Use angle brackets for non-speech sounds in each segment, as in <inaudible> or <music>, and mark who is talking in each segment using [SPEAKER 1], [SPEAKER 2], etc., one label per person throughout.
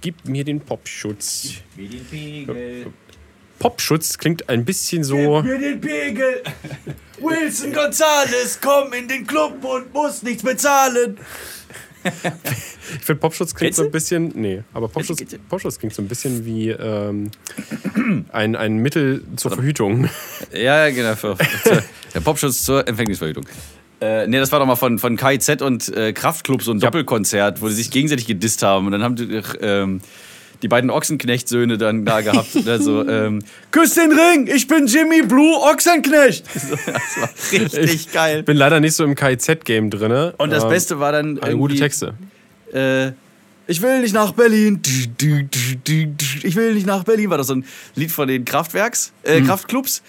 [SPEAKER 1] Gib mir den Popschutz.
[SPEAKER 2] Wie den Pegel.
[SPEAKER 1] Popschutz klingt ein bisschen so.
[SPEAKER 2] Für den Pegel. Wilson Gonzales, komm in den Club und muss nichts bezahlen.
[SPEAKER 1] Ich finde Popschutz klingt
[SPEAKER 3] Kennst
[SPEAKER 1] so ein
[SPEAKER 3] du?
[SPEAKER 1] bisschen. Nee, aber Popschutz,
[SPEAKER 3] Kennst du, kennst
[SPEAKER 1] Popschutz klingt so ein bisschen wie ähm, ein, ein Mittel zur Verhütung.
[SPEAKER 3] Ja, ja, genau. Für, zur, der Popschutz zur Empfängnisverhütung. Äh, nee, das war doch mal von, von Kai Z und äh, Kraftklub so ein Doppelkonzert, wo die sich gegenseitig gedisst haben. Und dann haben die, ach, ähm, die beiden Ochsenknecht-Söhne dann da gehabt. oder so, ähm, Küss den Ring, ich bin Jimmy Blue Ochsenknecht. So, <laughs> das war richtig geil.
[SPEAKER 1] Ich bin leider nicht so im KIZ-Game drin.
[SPEAKER 3] Und das Beste war dann.
[SPEAKER 1] waren ähm, gute
[SPEAKER 3] irgendwie,
[SPEAKER 1] Texte.
[SPEAKER 3] äh, ich will nicht nach Berlin. Ich will nicht nach Berlin. War das so ein Lied von den Kraftwerks, äh, Kraftclubs?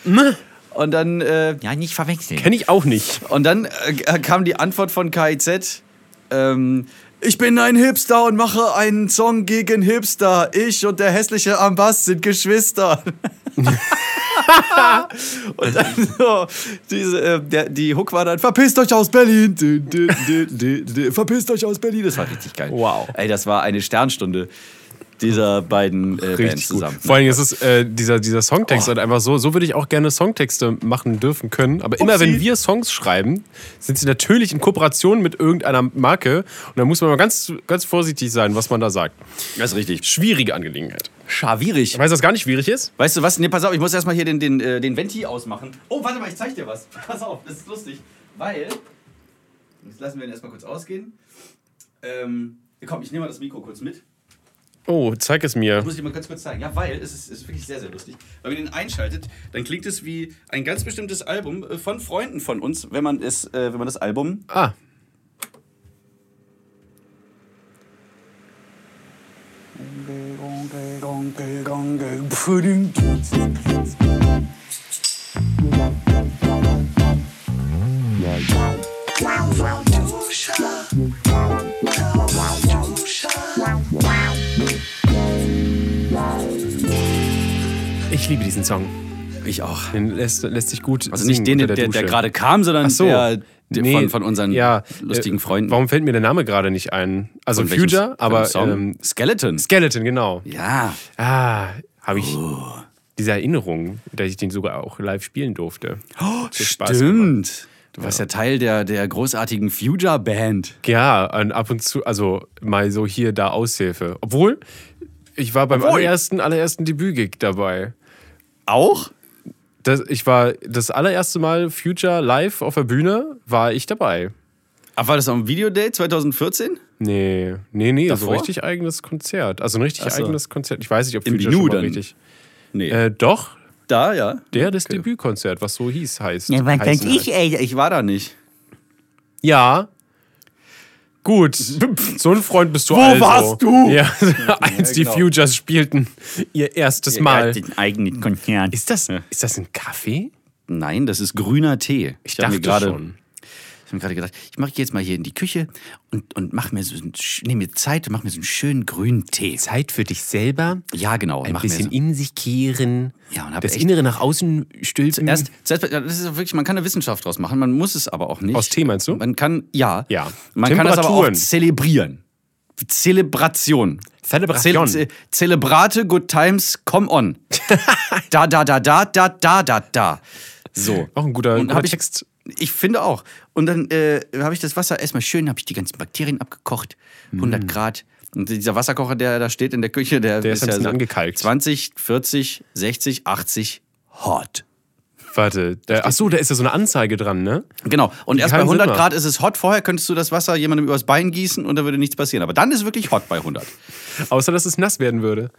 [SPEAKER 3] Und dann, äh, ja, nicht verwechseln.
[SPEAKER 1] Kenne ich auch nicht.
[SPEAKER 3] Und dann äh, kam die Antwort von KIZ. Ähm, ich bin ein Hipster und mache einen Song gegen Hipster. Ich und der hässliche am Bass sind Geschwister. <laughs> und dann so, diese, äh, der, die Hook war dann, verpisst euch aus Berlin. Dü, dü, dü, dü, dü, verpisst euch aus Berlin. Das war richtig geil.
[SPEAKER 1] Wow.
[SPEAKER 3] Ey, das war eine Sternstunde dieser beiden äh, Bands
[SPEAKER 1] Richtig gut.
[SPEAKER 3] zusammen. Oh.
[SPEAKER 1] Vor allem ist es äh, dieser, dieser Songtext halt einfach so, so würde ich auch gerne Songtexte machen dürfen können. Aber immer
[SPEAKER 3] Upsi.
[SPEAKER 1] wenn wir Songs schreiben, sind sie natürlich in Kooperation mit irgendeiner Marke. Und da muss man mal ganz, ganz vorsichtig sein, was man da sagt.
[SPEAKER 3] Das ist richtig.
[SPEAKER 1] Schwierige Angelegenheit.
[SPEAKER 3] Schawierig.
[SPEAKER 1] Weißt du, was gar nicht schwierig ist?
[SPEAKER 3] Weißt du was? Nee, pass auf, ich muss erstmal hier den, den, äh, den Venti ausmachen. Oh, warte mal, ich zeig dir was. <laughs> Pass auf, das ist lustig. Weil. Jetzt lassen wir den erstmal kurz ausgehen. Ähm, komm, ich nehme mal das Mikro kurz mit.
[SPEAKER 1] Oh, zeig es mir.
[SPEAKER 3] Muss ich dir mal ganz kurz zeigen. Ja, weil es ist, es ist wirklich sehr, sehr lustig. Weil wenn ihr ihn einschaltet, dann klingt es wie ein ganz bestimmtes Album äh, von Freunden von uns, wenn man, es, äh, wenn man das Album
[SPEAKER 1] Ah, ich liebe diesen Song.
[SPEAKER 3] Ich auch.
[SPEAKER 1] Den lässt, lässt sich gut.
[SPEAKER 3] Also nicht den,
[SPEAKER 1] singen
[SPEAKER 3] der,
[SPEAKER 1] unter
[SPEAKER 3] der,
[SPEAKER 1] Dusche.
[SPEAKER 3] gerade kam, sondern
[SPEAKER 1] Ach so.
[SPEAKER 3] der, der
[SPEAKER 1] Nee,
[SPEAKER 3] von, von unseren
[SPEAKER 1] ja,
[SPEAKER 3] lustigen
[SPEAKER 1] äh,
[SPEAKER 3] Freunden.
[SPEAKER 1] Warum fällt mir der Name gerade nicht ein? Also
[SPEAKER 3] Von welchem-
[SPEAKER 1] Future,
[SPEAKER 3] von
[SPEAKER 1] aber
[SPEAKER 3] dem Song?
[SPEAKER 1] ähm,
[SPEAKER 3] Skeleton.
[SPEAKER 1] Skeleton, genau.
[SPEAKER 3] ja. Oh.
[SPEAKER 1] Ah, habe ich diese Erinnerung, dass ich den sogar auch live spielen durfte. Oh,
[SPEAKER 3] Stimmt. Du warst ja Teil der, der großartigen Future Band.
[SPEAKER 1] Ja, und ab und zu, also mal so hier, da Aushilfe. Obwohl, ich war beim
[SPEAKER 3] Obwohl.
[SPEAKER 1] allerersten, allerersten Debüt-Gig dabei.
[SPEAKER 3] Auch?
[SPEAKER 1] Das, ich war das allererste Mal Future live auf der Bühne, war ich dabei.
[SPEAKER 3] Aber war das am Videoday 2014?
[SPEAKER 1] Nee, nee, nee, so
[SPEAKER 3] Davor?
[SPEAKER 1] richtig eigenes Konzert. Also ein richtig
[SPEAKER 3] Ach so.
[SPEAKER 1] eigenes Konzert. Ich weiß nicht, ob
[SPEAKER 3] Im
[SPEAKER 1] Future
[SPEAKER 3] Binu
[SPEAKER 1] schon mal
[SPEAKER 3] dann?
[SPEAKER 1] richtig.
[SPEAKER 3] Nee.
[SPEAKER 1] Äh, doch,
[SPEAKER 3] da, ja.
[SPEAKER 1] der das Debütkonzert, was so hieß, heißt.
[SPEAKER 4] Ja, was weiß
[SPEAKER 1] heißen
[SPEAKER 4] ich, ey.
[SPEAKER 3] halt. Ich war da nicht.
[SPEAKER 1] Ja.
[SPEAKER 3] <laughs>
[SPEAKER 1] Gut, so ein Freund bist du
[SPEAKER 3] Wo
[SPEAKER 1] also.
[SPEAKER 3] warst du?
[SPEAKER 1] Ja, <laughs> als die
[SPEAKER 3] genau.
[SPEAKER 1] Futures spielten ihr erstes Mal.
[SPEAKER 3] Den eigenen Konzert.
[SPEAKER 1] Ist das, ist das ein Kaffee?
[SPEAKER 3] Nein, das ist grüner Tee. Ich hab mir gerade-
[SPEAKER 1] schon.
[SPEAKER 3] Ich habe mir gerade gedacht, ich mache jetzt mal hier in die Küche und, und mach mir so ein, nehme mir Zeit und mache mir so einen schönen grünen Tee.
[SPEAKER 1] Zeit für dich selber.
[SPEAKER 3] Ja, genau. und mach mir so.
[SPEAKER 1] in sich kehren.
[SPEAKER 3] Ja, und hab echt-
[SPEAKER 1] nach außen stülpen.
[SPEAKER 3] Erst, zuerst- das ist wirklich, man kann eine Wissenschaft draus machen, man muss es aber auch nicht.
[SPEAKER 1] Aus Tee meinst du?
[SPEAKER 3] Man kann, ja.
[SPEAKER 1] Ja.
[SPEAKER 3] Man kann das aber auch
[SPEAKER 1] Temperaturen.
[SPEAKER 3] zelebrieren. Zelebration.
[SPEAKER 1] Zelebration.
[SPEAKER 3] Ze- ze- Zelebrate, good times,
[SPEAKER 1] <laughs>
[SPEAKER 3] come on. da, da, da, da, da, da, da, da. So.
[SPEAKER 1] Auch ein guter,
[SPEAKER 3] Und
[SPEAKER 1] guter
[SPEAKER 3] hab ich,
[SPEAKER 1] Text.
[SPEAKER 3] ich finde auch. Und dann äh, habe ich das Wasser erstmal schön, habe ich die ganzen Bakterien abgekocht. 100 Grad. Und dieser Wasserkocher, der da steht in der Küche, der,
[SPEAKER 1] Hm. Der ist ein
[SPEAKER 3] ja
[SPEAKER 1] bisschen
[SPEAKER 3] so
[SPEAKER 1] angekalkt.
[SPEAKER 3] 20, 40, 60, 80 hot.
[SPEAKER 1] Warte, da, ach so, da ist ja so eine Anzeige dran, ne?
[SPEAKER 3] Genau. Und erst bei
[SPEAKER 1] keinen Sinn
[SPEAKER 3] 100
[SPEAKER 1] macht.
[SPEAKER 3] Grad ist es hot. Vorher könntest du das Wasser jemandem übers Bein gießen und da würde nichts passieren. Aber dann ist es wirklich hot
[SPEAKER 1] <laughs>
[SPEAKER 3] bei 100.
[SPEAKER 1] Außer, dass es nass werden würde.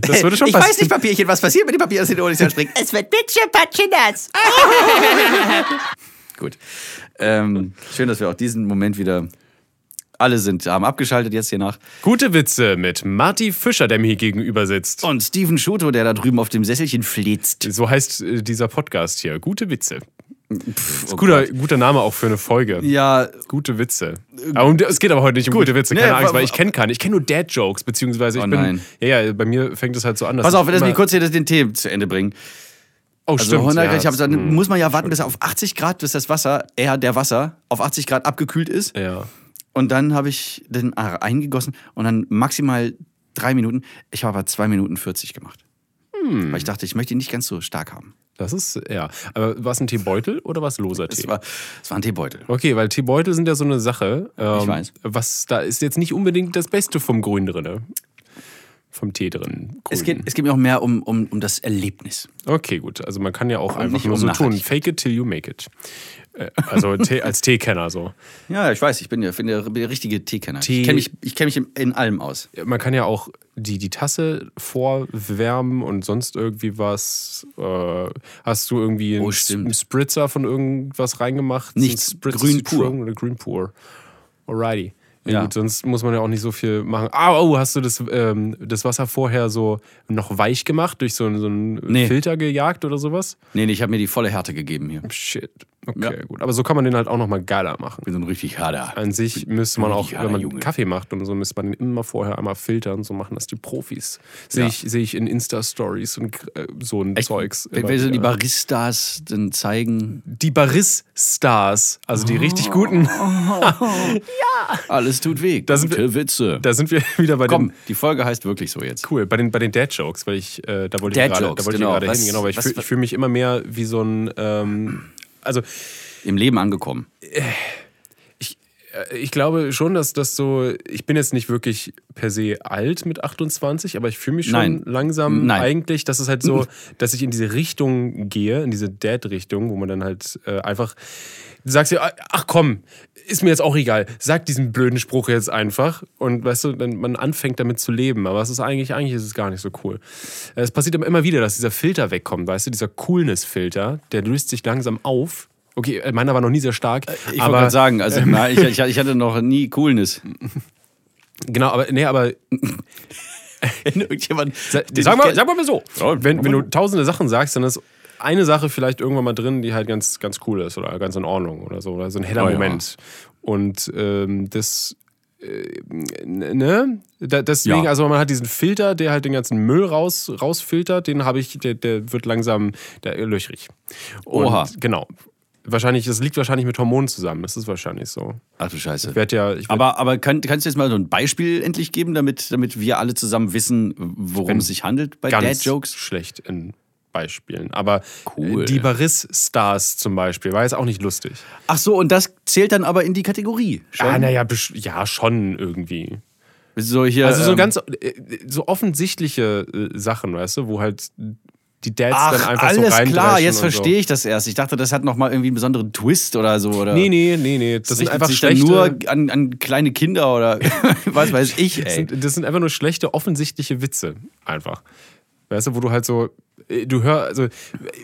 [SPEAKER 1] Das würde schon
[SPEAKER 3] <laughs> ich
[SPEAKER 1] passieren.
[SPEAKER 3] weiß nicht, Papierchen, was passiert mit dem Papier, das in die Ohren springt.
[SPEAKER 4] Es wird Bitschepatsche nass.
[SPEAKER 3] <laughs> Gut. Ähm, schön, dass wir auch diesen Moment wieder. Alle sind, haben abgeschaltet jetzt hier nach.
[SPEAKER 1] Gute Witze mit Marty Fischer, der mir hier gegenüber sitzt.
[SPEAKER 3] Und Steven Schuto, der da drüben auf dem Sesselchen flitzt.
[SPEAKER 1] So heißt äh, dieser Podcast hier. Gute Witze.
[SPEAKER 3] Pff, oh
[SPEAKER 1] Guter,
[SPEAKER 3] Gott.
[SPEAKER 1] guter Name auch für eine Folge.
[SPEAKER 3] Ja, Äh,
[SPEAKER 1] Gute Witze. Aber um, es geht aber heute nicht um gute Witze, keine
[SPEAKER 3] Nee,
[SPEAKER 1] Angst,
[SPEAKER 3] wa-
[SPEAKER 1] weil ich kenne keine. Ich kenne nur Dad-Jokes, beziehungsweise ich
[SPEAKER 3] Oh
[SPEAKER 1] bin.
[SPEAKER 3] nein.
[SPEAKER 1] Ja, ja, bei mir fängt es halt so an. dass
[SPEAKER 3] pass
[SPEAKER 1] ich
[SPEAKER 3] auf, lass
[SPEAKER 1] immer-
[SPEAKER 3] mich kurz hier das- den Tee zu Ende bringen.
[SPEAKER 1] Oh,
[SPEAKER 3] Also
[SPEAKER 1] stimmt.
[SPEAKER 3] 100
[SPEAKER 1] ja,
[SPEAKER 3] Grad, ich hab gesagt,
[SPEAKER 1] hm,
[SPEAKER 3] muss man ja warten, bis er auf 80 Grad, bis das Wasser, eher der Wasser, auf 80 Grad abgekühlt ist.
[SPEAKER 1] Ja.
[SPEAKER 3] und dann habe ich den Aare eingegossen und dann maximal drei Minuten. Ich habe aber zwei Minuten 40 gemacht. Weil ich dachte, ich möchte ihn nicht ganz so stark haben.
[SPEAKER 1] Das ist, ja. Aber war es ein Teebeutel oder war es loser Tee?
[SPEAKER 3] Es war, es war ein Teebeutel.
[SPEAKER 1] Okay, weil Teebeutel sind ja so eine Sache. Ähm,
[SPEAKER 3] Ich weiß.
[SPEAKER 1] Was, da ist jetzt nicht unbedingt das Beste vom Grün drin. Vom Tee drin.
[SPEAKER 3] Es
[SPEAKER 1] Grün.
[SPEAKER 3] geht, es geht mir auch mehr um, um, um das Erlebnis.
[SPEAKER 1] Okay, gut. Also man kann ja auch einfach
[SPEAKER 3] nicht um
[SPEAKER 1] nur so tun.
[SPEAKER 3] unnachhaltig.
[SPEAKER 1] Fake it till you make it. Äh, Also Tee, als Teekenner so.
[SPEAKER 3] Ja, ich weiß, ich bin ja, bin der, bin der richtige Teekenner.
[SPEAKER 1] Tee-
[SPEAKER 3] Ich kenne mich, ich kenn mich in, in allem aus.
[SPEAKER 1] Man kann ja auch die, die Tasse vorwärmen und sonst irgendwie was. Äh, hast du irgendwie einen,
[SPEAKER 3] Oh,
[SPEAKER 1] S-
[SPEAKER 3] stimmt.
[SPEAKER 1] einen Spritzer von irgendwas reingemacht?
[SPEAKER 3] Nichts.
[SPEAKER 1] Ein Spritz
[SPEAKER 3] Grün pur.
[SPEAKER 1] Zitronen Oder grün pur. Alrighty. Ja,
[SPEAKER 3] Ja.
[SPEAKER 1] Gut, sonst muss man ja auch nicht so viel machen. Ah, oh, hast du das, ähm, das Wasser vorher so noch weich gemacht, durch so, einen- so einen
[SPEAKER 3] Nee.
[SPEAKER 1] Filter gejagt oder sowas?
[SPEAKER 3] Nee, nee, ich habe mir die volle Härte gegeben hier.
[SPEAKER 1] Shit. Okay, gut. Aber so kann man den halt auch nochmal geiler machen.
[SPEAKER 3] bin so ein richtig harder.
[SPEAKER 1] An sich müsste man auch,
[SPEAKER 3] Ja,
[SPEAKER 1] wenn man
[SPEAKER 3] Junge.
[SPEAKER 1] Kaffee macht und so, müsste man den immer vorher einmal filtern. So machen das die Profis. Sehe ich, sehe ich in Insta-Stories und äh, so ein Zeugs.
[SPEAKER 3] Wenn
[SPEAKER 1] immer
[SPEAKER 3] wir so die
[SPEAKER 1] wieder.
[SPEAKER 3] Baristas dann zeigen,
[SPEAKER 1] die Baris-Stars, also die richtig guten,
[SPEAKER 3] alles tut weh.
[SPEAKER 1] sind
[SPEAKER 3] Gute Witze.
[SPEAKER 1] <laughs> da sind wir wieder bei
[SPEAKER 3] Komm,
[SPEAKER 1] den.
[SPEAKER 3] die Folge heißt wirklich so jetzt.
[SPEAKER 1] Cool, bei den, bei den Dad-Jokes, weil ich, äh, da wollte ich gerade da
[SPEAKER 3] Dad-Jokes,
[SPEAKER 1] wollte ich
[SPEAKER 3] genau.
[SPEAKER 1] gerade
[SPEAKER 3] Was-
[SPEAKER 1] hin, genau, weil ich
[SPEAKER 3] was-
[SPEAKER 1] fühle fühl mich immer mehr wie so ein, ähm, also
[SPEAKER 3] Im Leben angekommen.
[SPEAKER 1] ich glaube schon, dass das so, ich bin jetzt nicht wirklich per se alt mit 28, aber ich fühle mich schon
[SPEAKER 3] Nein.
[SPEAKER 1] langsam
[SPEAKER 3] Nein.
[SPEAKER 1] eigentlich, dass es halt
[SPEAKER 3] <laughs>
[SPEAKER 1] so, dass ich in diese Richtung gehe, in diese Dad-Richtung, wo man dann halt äh, einfach du sagst ja, ach komm, ist mir jetzt auch egal, sag diesen blöden Spruch jetzt einfach und weißt du, dann man anfängt damit zu leben, aber es ist eigentlich, eigentlich ist es gar nicht so cool. Äh, Es passiert aber immer wieder, dass dieser Filter wegkommt, weißt du, dieser Coolness-Filter, der löst sich langsam auf. Okay, äh, meiner war noch nie sehr stark.
[SPEAKER 3] Ich wollte
[SPEAKER 1] aber ähm,
[SPEAKER 3] gerade sagen, also na, ich, ich, ich hatte noch nie
[SPEAKER 1] <laughs>
[SPEAKER 3] Coolness.
[SPEAKER 1] Genau, aber nee, aber
[SPEAKER 3] Wenn irgendjemand.
[SPEAKER 1] sag mal, sag mal so. wenn, wenn du tausende Sachen sagst, dann ist eine Sache vielleicht irgendwann mal drin, die halt ganz, ganz cool ist oder ganz in Ordnung oder so. Oder so ein heller
[SPEAKER 3] Oh ja.
[SPEAKER 1] Moment. Und ähm, das. Äh, ne? Da, deswegen,
[SPEAKER 3] Ja.
[SPEAKER 1] also man hat diesen Filter, der halt den ganzen Müll raus, rausfiltert, den habe ich, der, der wird langsam der, äh, löchrig. Und,
[SPEAKER 3] Oha.
[SPEAKER 1] Genau. Wahrscheinlich, das liegt wahrscheinlich mit Hormonen zusammen. Das ist wahrscheinlich so.
[SPEAKER 3] Ach du Scheiße.
[SPEAKER 1] Ich werd ja, ich werd,
[SPEAKER 3] Aber, aber kann, kannst du jetzt mal so ein Beispiel endlich geben, damit, damit wir alle zusammen wissen, worum es sich handelt bei
[SPEAKER 1] ganz
[SPEAKER 3] Dad-Jokes?
[SPEAKER 1] schlecht in Beispielen. Aber äh,
[SPEAKER 3] Cool.
[SPEAKER 1] die Baris-Stars zum Beispiel war jetzt auch nicht lustig.
[SPEAKER 3] Ach so, und das zählt dann aber in die Kategorie. Schon.
[SPEAKER 1] Ah, naja, besch- ja, schon irgendwie.
[SPEAKER 3] so hier,
[SPEAKER 1] Also so
[SPEAKER 3] ähm,
[SPEAKER 1] ganz äh, so offensichtliche äh, Sachen, weißt du, wo halt die Dads
[SPEAKER 3] Ach,
[SPEAKER 1] dann einfach so
[SPEAKER 3] alles
[SPEAKER 1] rein.
[SPEAKER 3] klar, jetzt verstehe ich das erst. Ich dachte, das hat nochmal irgendwie einen besonderen Twist oder so. Oder
[SPEAKER 1] So. Nee, nee, nee, nee. Das,
[SPEAKER 3] Das
[SPEAKER 1] sind
[SPEAKER 3] richtet
[SPEAKER 1] einfach
[SPEAKER 3] sich dann
[SPEAKER 1] schlechte.
[SPEAKER 3] nur an, an kleine
[SPEAKER 1] <laughs>
[SPEAKER 3] Kinder oder was weiß ich,
[SPEAKER 1] das,
[SPEAKER 3] ey.
[SPEAKER 1] sind, das sind einfach nur schlechte, offensichtliche Witze. Einfach. Weißt du, wo du halt so. äh, Du hörst, also, äh,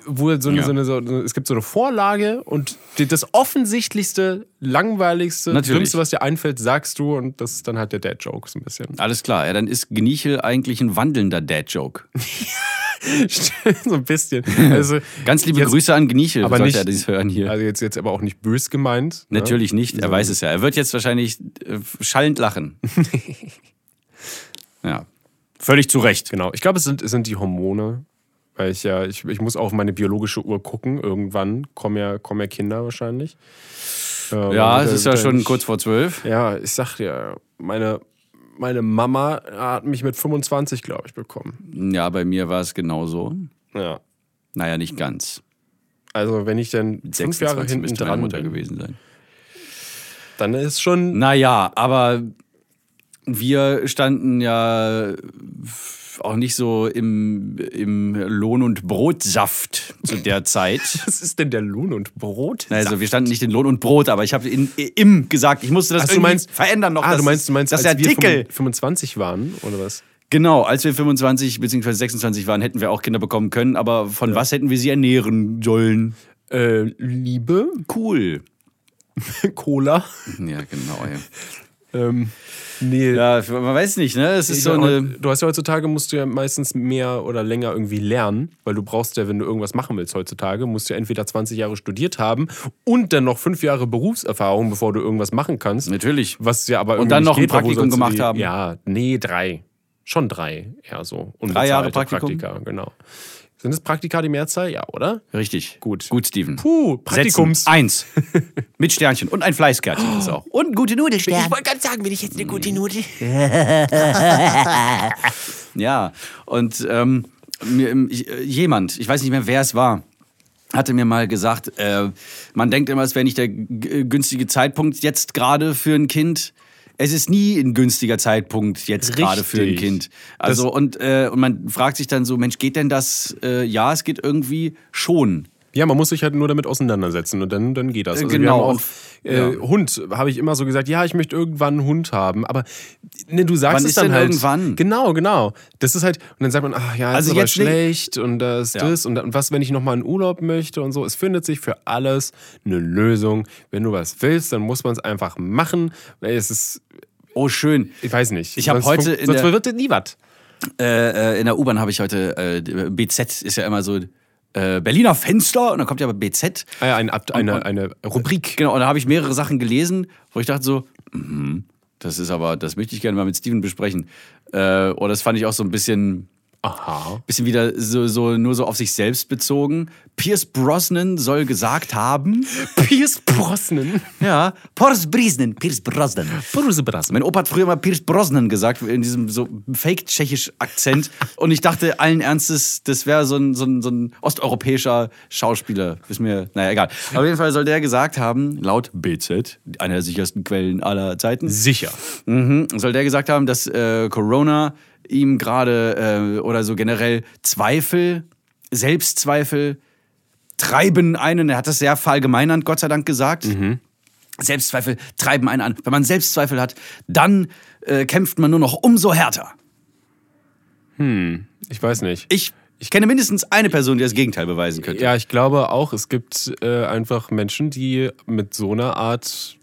[SPEAKER 1] wo so eine,
[SPEAKER 3] Ja.
[SPEAKER 1] so eine, so eine, es gibt so eine Vorlage und die, das offensichtlichste, langweiligste,
[SPEAKER 3] Natürlich.
[SPEAKER 1] dümmste, was dir einfällt, sagst du und das ist dann halt der Dad-Joke so ein bisschen. <laughs>
[SPEAKER 3] Alles klar, ja, dann ist Gnichel eigentlich ein wandelnder Dad-Joke.
[SPEAKER 1] so ein
[SPEAKER 3] <laughs>
[SPEAKER 1] bisschen. Also,
[SPEAKER 3] Ganz liebe
[SPEAKER 1] jetzt-
[SPEAKER 3] Grüße an Gnichel,
[SPEAKER 1] aber
[SPEAKER 3] sollte
[SPEAKER 1] nicht-
[SPEAKER 3] er das hören hier.
[SPEAKER 1] Also jetzt, jetzt aber auch nicht bös gemeint. ne?
[SPEAKER 3] Natürlich nicht, er weiß es ja. Er wird jetzt wahrscheinlich äh,
[SPEAKER 1] <laughs>
[SPEAKER 3] schallend lachen. ja. Völlig zu Recht.
[SPEAKER 1] Genau. Ich glaube, es sind, es sind die Hormone. Weil ich ja, ich, ich muss auf meine biologische Uhr gucken. Irgendwann kommen ja, kommen ja Kinder wahrscheinlich. Ähm,
[SPEAKER 3] Ja,
[SPEAKER 1] also
[SPEAKER 3] es ist
[SPEAKER 1] da-
[SPEAKER 3] ja
[SPEAKER 1] da
[SPEAKER 3] schon
[SPEAKER 1] ich-
[SPEAKER 3] kurz vor zwölf.
[SPEAKER 1] Ja, ich sag dir, meine, meine Mama hat mich mit 25, glaube ich, bekommen.
[SPEAKER 3] Ja, bei mir war es genauso.
[SPEAKER 1] Ja.
[SPEAKER 3] Naja, nicht ganz.
[SPEAKER 1] Also, wenn ich dann fünf Jahre
[SPEAKER 3] 26
[SPEAKER 1] hinten
[SPEAKER 3] müsste meine
[SPEAKER 1] dran
[SPEAKER 3] Mutter
[SPEAKER 1] bin,
[SPEAKER 3] gewesen Hm. sein.
[SPEAKER 1] dann ist schon.
[SPEAKER 3] Naja, aber wir standen ja auch nicht so im, im Lohn- und Brotsaft zu der
[SPEAKER 1] <laughs>
[SPEAKER 3] Zeit.
[SPEAKER 1] Was ist denn der Lohn und Brot?
[SPEAKER 3] Also wir standen nicht in Lohn und Brot, aber ich habe in- im gesagt, ich musste das
[SPEAKER 1] Ach, du
[SPEAKER 3] irgendwie
[SPEAKER 1] meinst-
[SPEAKER 3] verändern noch.
[SPEAKER 1] Ah,
[SPEAKER 3] dass-
[SPEAKER 1] du meinst, du meinst,
[SPEAKER 3] dass
[SPEAKER 1] als
[SPEAKER 3] der
[SPEAKER 1] wir
[SPEAKER 3] Artikel.
[SPEAKER 1] 25 waren, oder was?
[SPEAKER 3] Genau, als wir 25 bzw. 26 waren, hätten wir auch Kinder bekommen können, aber von was hätten wir sie ernähren sollen?
[SPEAKER 1] Äh, Liebe,
[SPEAKER 3] Cool.
[SPEAKER 1] <laughs> Cola.
[SPEAKER 3] Ja, genau. Ey.
[SPEAKER 1] Ähm, nee.
[SPEAKER 3] Ja, man weiß nicht, ne? Es ist so eine.
[SPEAKER 1] du hast ja heutzutage musst du ja meistens mehr oder länger irgendwie lernen, weil du brauchst ja, wenn du irgendwas machen willst heutzutage, musst du ja entweder 20 Jahre studiert haben und dann noch fünf Jahre Berufserfahrung, bevor du irgendwas machen kannst.
[SPEAKER 3] Natürlich.
[SPEAKER 1] Was ja aber irgendwie
[SPEAKER 3] Und dann
[SPEAKER 1] nicht
[SPEAKER 3] noch ein
[SPEAKER 1] geht, weil wo
[SPEAKER 3] Praktikum
[SPEAKER 1] sollst du
[SPEAKER 3] gemacht
[SPEAKER 1] die,
[SPEAKER 3] haben.
[SPEAKER 1] Ja, nee, drei. Schon drei, eher so.
[SPEAKER 3] Drei Jahre
[SPEAKER 1] Unbezahlte
[SPEAKER 3] Praktikum?
[SPEAKER 1] Praktika, genau. Sind das Praktika die Mehrzahl? Ja, oder?
[SPEAKER 3] Richtig.
[SPEAKER 1] Gut.
[SPEAKER 3] Gut, Steven.
[SPEAKER 1] Puh, Praktikums. <laughs>
[SPEAKER 3] Setzen. Eins. Mit Sternchen und ein Fleißkärtchen ist auch. Und gute Nudelstern.
[SPEAKER 4] Ich wollte gerade sagen, bin ich jetzt eine gute Nudel?
[SPEAKER 3] Ja, und ähm, mir- ich- äh, jemand, ich weiß nicht mehr, wer es war, hatte mir mal gesagt, äh, man denkt immer, es wäre nicht der g- günstige Zeitpunkt jetzt gerade für ein Kind. Es ist nie ein günstiger Zeitpunkt jetzt gerade für ein
[SPEAKER 1] Richtig.
[SPEAKER 3] Kind. Also und, äh, und man fragt sich dann so, Mensch, geht denn das? Äh, ja, es geht irgendwie schon.
[SPEAKER 1] Ja, man muss sich halt nur damit auseinandersetzen und dann, dann geht das. Also
[SPEAKER 3] Äh,
[SPEAKER 1] wir
[SPEAKER 3] genau.
[SPEAKER 1] haben Auch, äh, Hund, habe ich immer so gesagt, ja, ich möchte irgendwann einen Hund haben. Aber ne, du sagst
[SPEAKER 3] Wann
[SPEAKER 1] es
[SPEAKER 3] ist
[SPEAKER 1] dann
[SPEAKER 3] denn
[SPEAKER 1] halt.
[SPEAKER 3] irgendwann?
[SPEAKER 1] Genau, genau. Das ist halt, und dann sagt man, ach ja,
[SPEAKER 3] Also
[SPEAKER 1] ist aber
[SPEAKER 3] jetzt nicht-
[SPEAKER 1] schlecht und das,
[SPEAKER 3] Ja.
[SPEAKER 1] das und, dann- was, wenn ich nochmal einen Urlaub möchte und so. Es findet sich für alles eine Lösung. Wenn du was willst, dann muss man es einfach machen. Weil Es ist,
[SPEAKER 3] Oh schön.
[SPEAKER 1] ich weiß nicht.
[SPEAKER 3] Ich hab
[SPEAKER 1] Sonst
[SPEAKER 3] heute
[SPEAKER 1] funkt-
[SPEAKER 3] in
[SPEAKER 1] Sonst
[SPEAKER 3] der-
[SPEAKER 1] wird das nie was.
[SPEAKER 3] Äh, äh, in der U-Bahn habe ich heute äh, BZ ist ja immer so äh, Berliner Fenster und dann kommt ja aber BZ.
[SPEAKER 1] Ah ja, ein, Abt- eine,
[SPEAKER 3] und-
[SPEAKER 1] eine Rubrik.
[SPEAKER 3] Genau, und da habe ich mehrere Sachen gelesen, wo ich dachte so, mhm, das ist aber, das möchte ich gerne mal mit Steven besprechen. Äh, oder das fand ich auch so ein bisschen,
[SPEAKER 1] Aha.
[SPEAKER 3] bisschen wieder so, so nur so auf sich selbst bezogen. Pierce Brosnan soll gesagt haben,
[SPEAKER 1] Pierce Brosnan.
[SPEAKER 3] ja, Pierce Brosnan, Pierce Brosnan.
[SPEAKER 1] Pierce Brosnan.
[SPEAKER 3] Mein Opa hat früher mal Pierce Brosnan gesagt, in diesem so Fake-Tschechisch-Akzent. Und ich dachte allen Ernstes, das wäre so ein, so, ein, so ein osteuropäischer Schauspieler. Ist mir, naja, egal. Auf jeden Fall soll der gesagt haben, laut BZ, einer der sichersten Quellen aller Zeiten,
[SPEAKER 1] Sicher.
[SPEAKER 3] mhm, soll der gesagt haben, dass äh, Corona ihm gerade äh, oder so generell Zweifel, Selbstzweifel treiben einen. Er hat das sehr verallgemeinernd, Gott sei Dank, gesagt. Selbstzweifel treiben einen an. Wenn man Selbstzweifel hat, dann äh, kämpft man nur noch umso härter.
[SPEAKER 1] Ich weiß nicht.
[SPEAKER 3] Ich, ich kenne mindestens eine Person, die das Gegenteil beweisen könnte.
[SPEAKER 1] Ja, ich glaube auch, es gibt äh, einfach Menschen, die mit so einer Art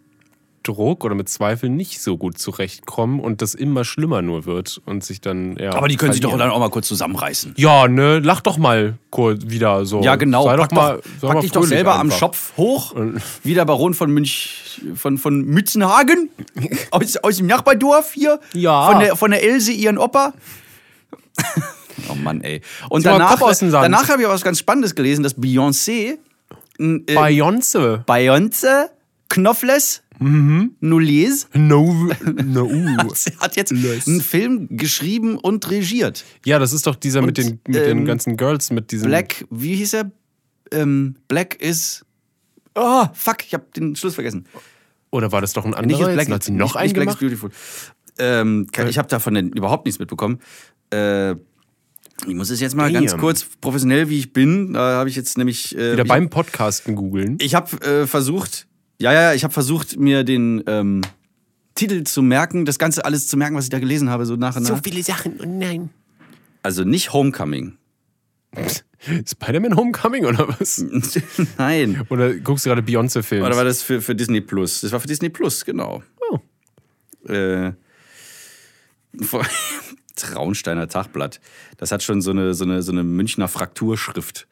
[SPEAKER 1] Druck oder mit Zweifeln nicht so gut zurechtkommen und das immer schlimmer nur wird und sich dann, ja.
[SPEAKER 3] Aber die können sich doch
[SPEAKER 1] verlieren.
[SPEAKER 3] dann auch mal kurz zusammenreißen.
[SPEAKER 1] Ja, ne, lach doch mal kurz wieder so.
[SPEAKER 3] Ja, genau.
[SPEAKER 1] Sei doch
[SPEAKER 3] pack
[SPEAKER 1] mal,
[SPEAKER 3] doch,
[SPEAKER 1] sei
[SPEAKER 3] pack
[SPEAKER 1] mal
[SPEAKER 3] dich doch
[SPEAKER 1] fröhlich
[SPEAKER 3] selber am
[SPEAKER 1] einfach.
[SPEAKER 3] Schopf hoch, wie der Baron von Münch, von,
[SPEAKER 1] <laughs>
[SPEAKER 3] von Mützenhagen aus, aus dem Nachbardorf hier.
[SPEAKER 1] Ja.
[SPEAKER 3] Von der, von der Else, ihren Opa. <laughs> oh Mann, ey. Und
[SPEAKER 1] Zieh mal den
[SPEAKER 3] danach,
[SPEAKER 1] Kopf aus dem Sand.
[SPEAKER 3] danach habe ich auch was ganz Spannendes gelesen, dass Beyoncé, n- äh,
[SPEAKER 1] Beyoncé.
[SPEAKER 3] Beyoncé, Knopfles,
[SPEAKER 1] Mhm. <laughs>
[SPEAKER 3] Nullies,
[SPEAKER 1] No, no. uh.
[SPEAKER 3] sie hat jetzt
[SPEAKER 1] Les.
[SPEAKER 3] einen Film geschrieben und regiert.
[SPEAKER 1] ja, das ist doch dieser mit, den, mit den
[SPEAKER 3] ähm,
[SPEAKER 1] ganzen Girls, mit diesen.
[SPEAKER 3] Black, wie hieß er? Ähm, Black is. Oh, fuck, ich habe den Schluss vergessen.
[SPEAKER 1] Oder war das doch ein
[SPEAKER 3] Nicht
[SPEAKER 1] anderer?
[SPEAKER 3] is
[SPEAKER 1] Jetzt
[SPEAKER 3] Black,
[SPEAKER 1] hat sie noch Äh.
[SPEAKER 3] nicht,
[SPEAKER 1] einen
[SPEAKER 3] nicht Black is
[SPEAKER 1] gemacht?
[SPEAKER 3] Beautiful. Ähm, ke- ich habe davon denn überhaupt nichts mitbekommen. Äh, ich muss es jetzt mal
[SPEAKER 1] Damn.
[SPEAKER 3] ganz kurz professionell, wie ich bin. Da habe ich jetzt nämlich. Äh,
[SPEAKER 1] Wieder
[SPEAKER 3] ich-
[SPEAKER 1] beim Podcasten googeln.
[SPEAKER 3] Ich habe äh, versucht. Ja, ja, ich habe versucht, mir den ähm, Titel zu merken, das Ganze alles zu merken, was ich da gelesen habe, so nach und
[SPEAKER 4] So
[SPEAKER 3] nach.
[SPEAKER 4] viele Sachen und nein.
[SPEAKER 3] Also nicht Homecoming. <laughs>
[SPEAKER 1] Spider-Man Homecoming oder was?
[SPEAKER 3] Nein.
[SPEAKER 1] Oder guckst du gerade Beyoncé-Filme?
[SPEAKER 3] Oder war das für, für Disney Plus? Das war für Disney Plus, genau.
[SPEAKER 1] Oh.
[SPEAKER 3] Äh, vor- <laughs> Traunsteiner Tagblatt. Das hat schon so eine, so eine, so eine Münchner Frakturschrift.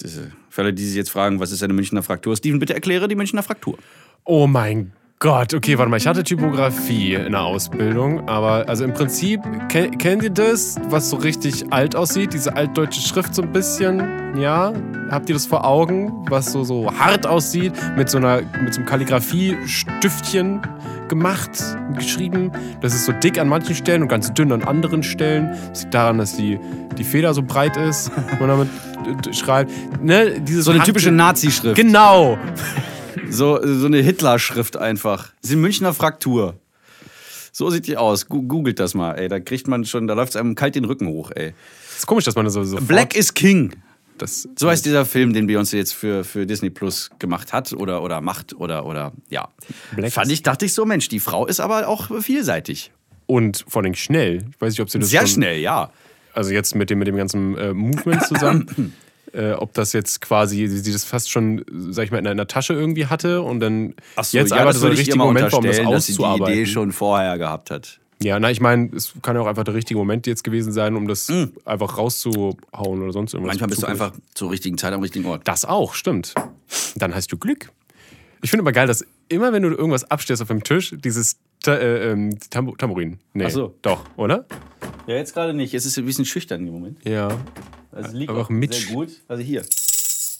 [SPEAKER 3] Das, äh, Für alle, die sich jetzt fragen, was ist eine Münchner Fraktur? Steven, bitte erkläre die Münchner Fraktur.
[SPEAKER 1] Oh mein Gott, okay, warte mal, ich hatte Typografie in der Ausbildung, aber also im Prinzip, ke kennt ihr das, was so richtig alt aussieht, diese altdeutsche Schrift so ein bisschen, ja? Habt ihr das vor Augen, was so, so hart aussieht, mit so einer, mit so einem Kalligrafiestiftchen gemacht, geschrieben? Das ist so dick an manchen Stellen und ganz dünn an anderen Stellen. Das liegt daran, dass die, die Feder so breit ist, wenn man damit äh, schreibt. Ne, dieses
[SPEAKER 3] So eine
[SPEAKER 1] harte-
[SPEAKER 3] typische Nazi-Schrift.
[SPEAKER 1] Genau,
[SPEAKER 3] So, so eine Hitler-Schrift einfach. Das ist die Münchner Fraktur. So sieht die aus. Gu- Googelt das mal, ey. Da kriegt man schon, da läuft es einem kalt den Rücken hoch, ey.
[SPEAKER 1] ist komisch, dass man das so. so
[SPEAKER 3] Black is King.
[SPEAKER 1] Das,
[SPEAKER 3] So heißt dieser Film, den Beyoncé jetzt für, für Disney Plus gemacht hat oder, oder macht oder, oder ja.
[SPEAKER 1] Black
[SPEAKER 3] Fand
[SPEAKER 1] is-
[SPEAKER 3] ich, dachte ich so, Mensch, die Frau ist aber auch vielseitig.
[SPEAKER 1] und vor allem schnell. Ich weiß nicht, ob sie das
[SPEAKER 3] Sehr
[SPEAKER 1] schon,
[SPEAKER 3] schnell, ja.
[SPEAKER 1] Also jetzt mit dem mit dem ganzen äh, Movement zusammen.
[SPEAKER 3] <clears throat>
[SPEAKER 1] Äh, ob das jetzt quasi, sie sie das fast schon, sag ich mal, in einer Tasche irgendwie hatte und dann jetzt einfach so der
[SPEAKER 3] würde ich ihr
[SPEAKER 1] richtige
[SPEAKER 3] mal
[SPEAKER 1] Moment war, um das
[SPEAKER 3] unterstellen, dass sie die
[SPEAKER 1] auszuarbeiten.
[SPEAKER 3] Idee schon vorher gehabt hat.
[SPEAKER 1] ja, na, ich meine, es kann ja auch einfach der richtige Moment jetzt gewesen sein, um das einfach rauszuhauen oder sonst irgendwas.
[SPEAKER 3] Mm. Manchmal bist du
[SPEAKER 1] Zufällig.
[SPEAKER 3] einfach zur richtigen Zeit am richtigen Ort.
[SPEAKER 1] Das auch, stimmt. Dann hast du Glück. Ich finde immer geil, dass immer, wenn du irgendwas abstellst auf dem Tisch, dieses Ta äh, ähm, Tambu Tambourin. Nee,
[SPEAKER 3] Ach so.
[SPEAKER 1] Doch, oder?
[SPEAKER 3] Ja, jetzt gerade nicht. Es ist ein bisschen schüchtern im Moment.
[SPEAKER 1] Ja.
[SPEAKER 5] Also es liegt
[SPEAKER 1] Aber auch
[SPEAKER 5] auch
[SPEAKER 1] Mitch.
[SPEAKER 5] sehr gut. Also hier.
[SPEAKER 1] <laughs>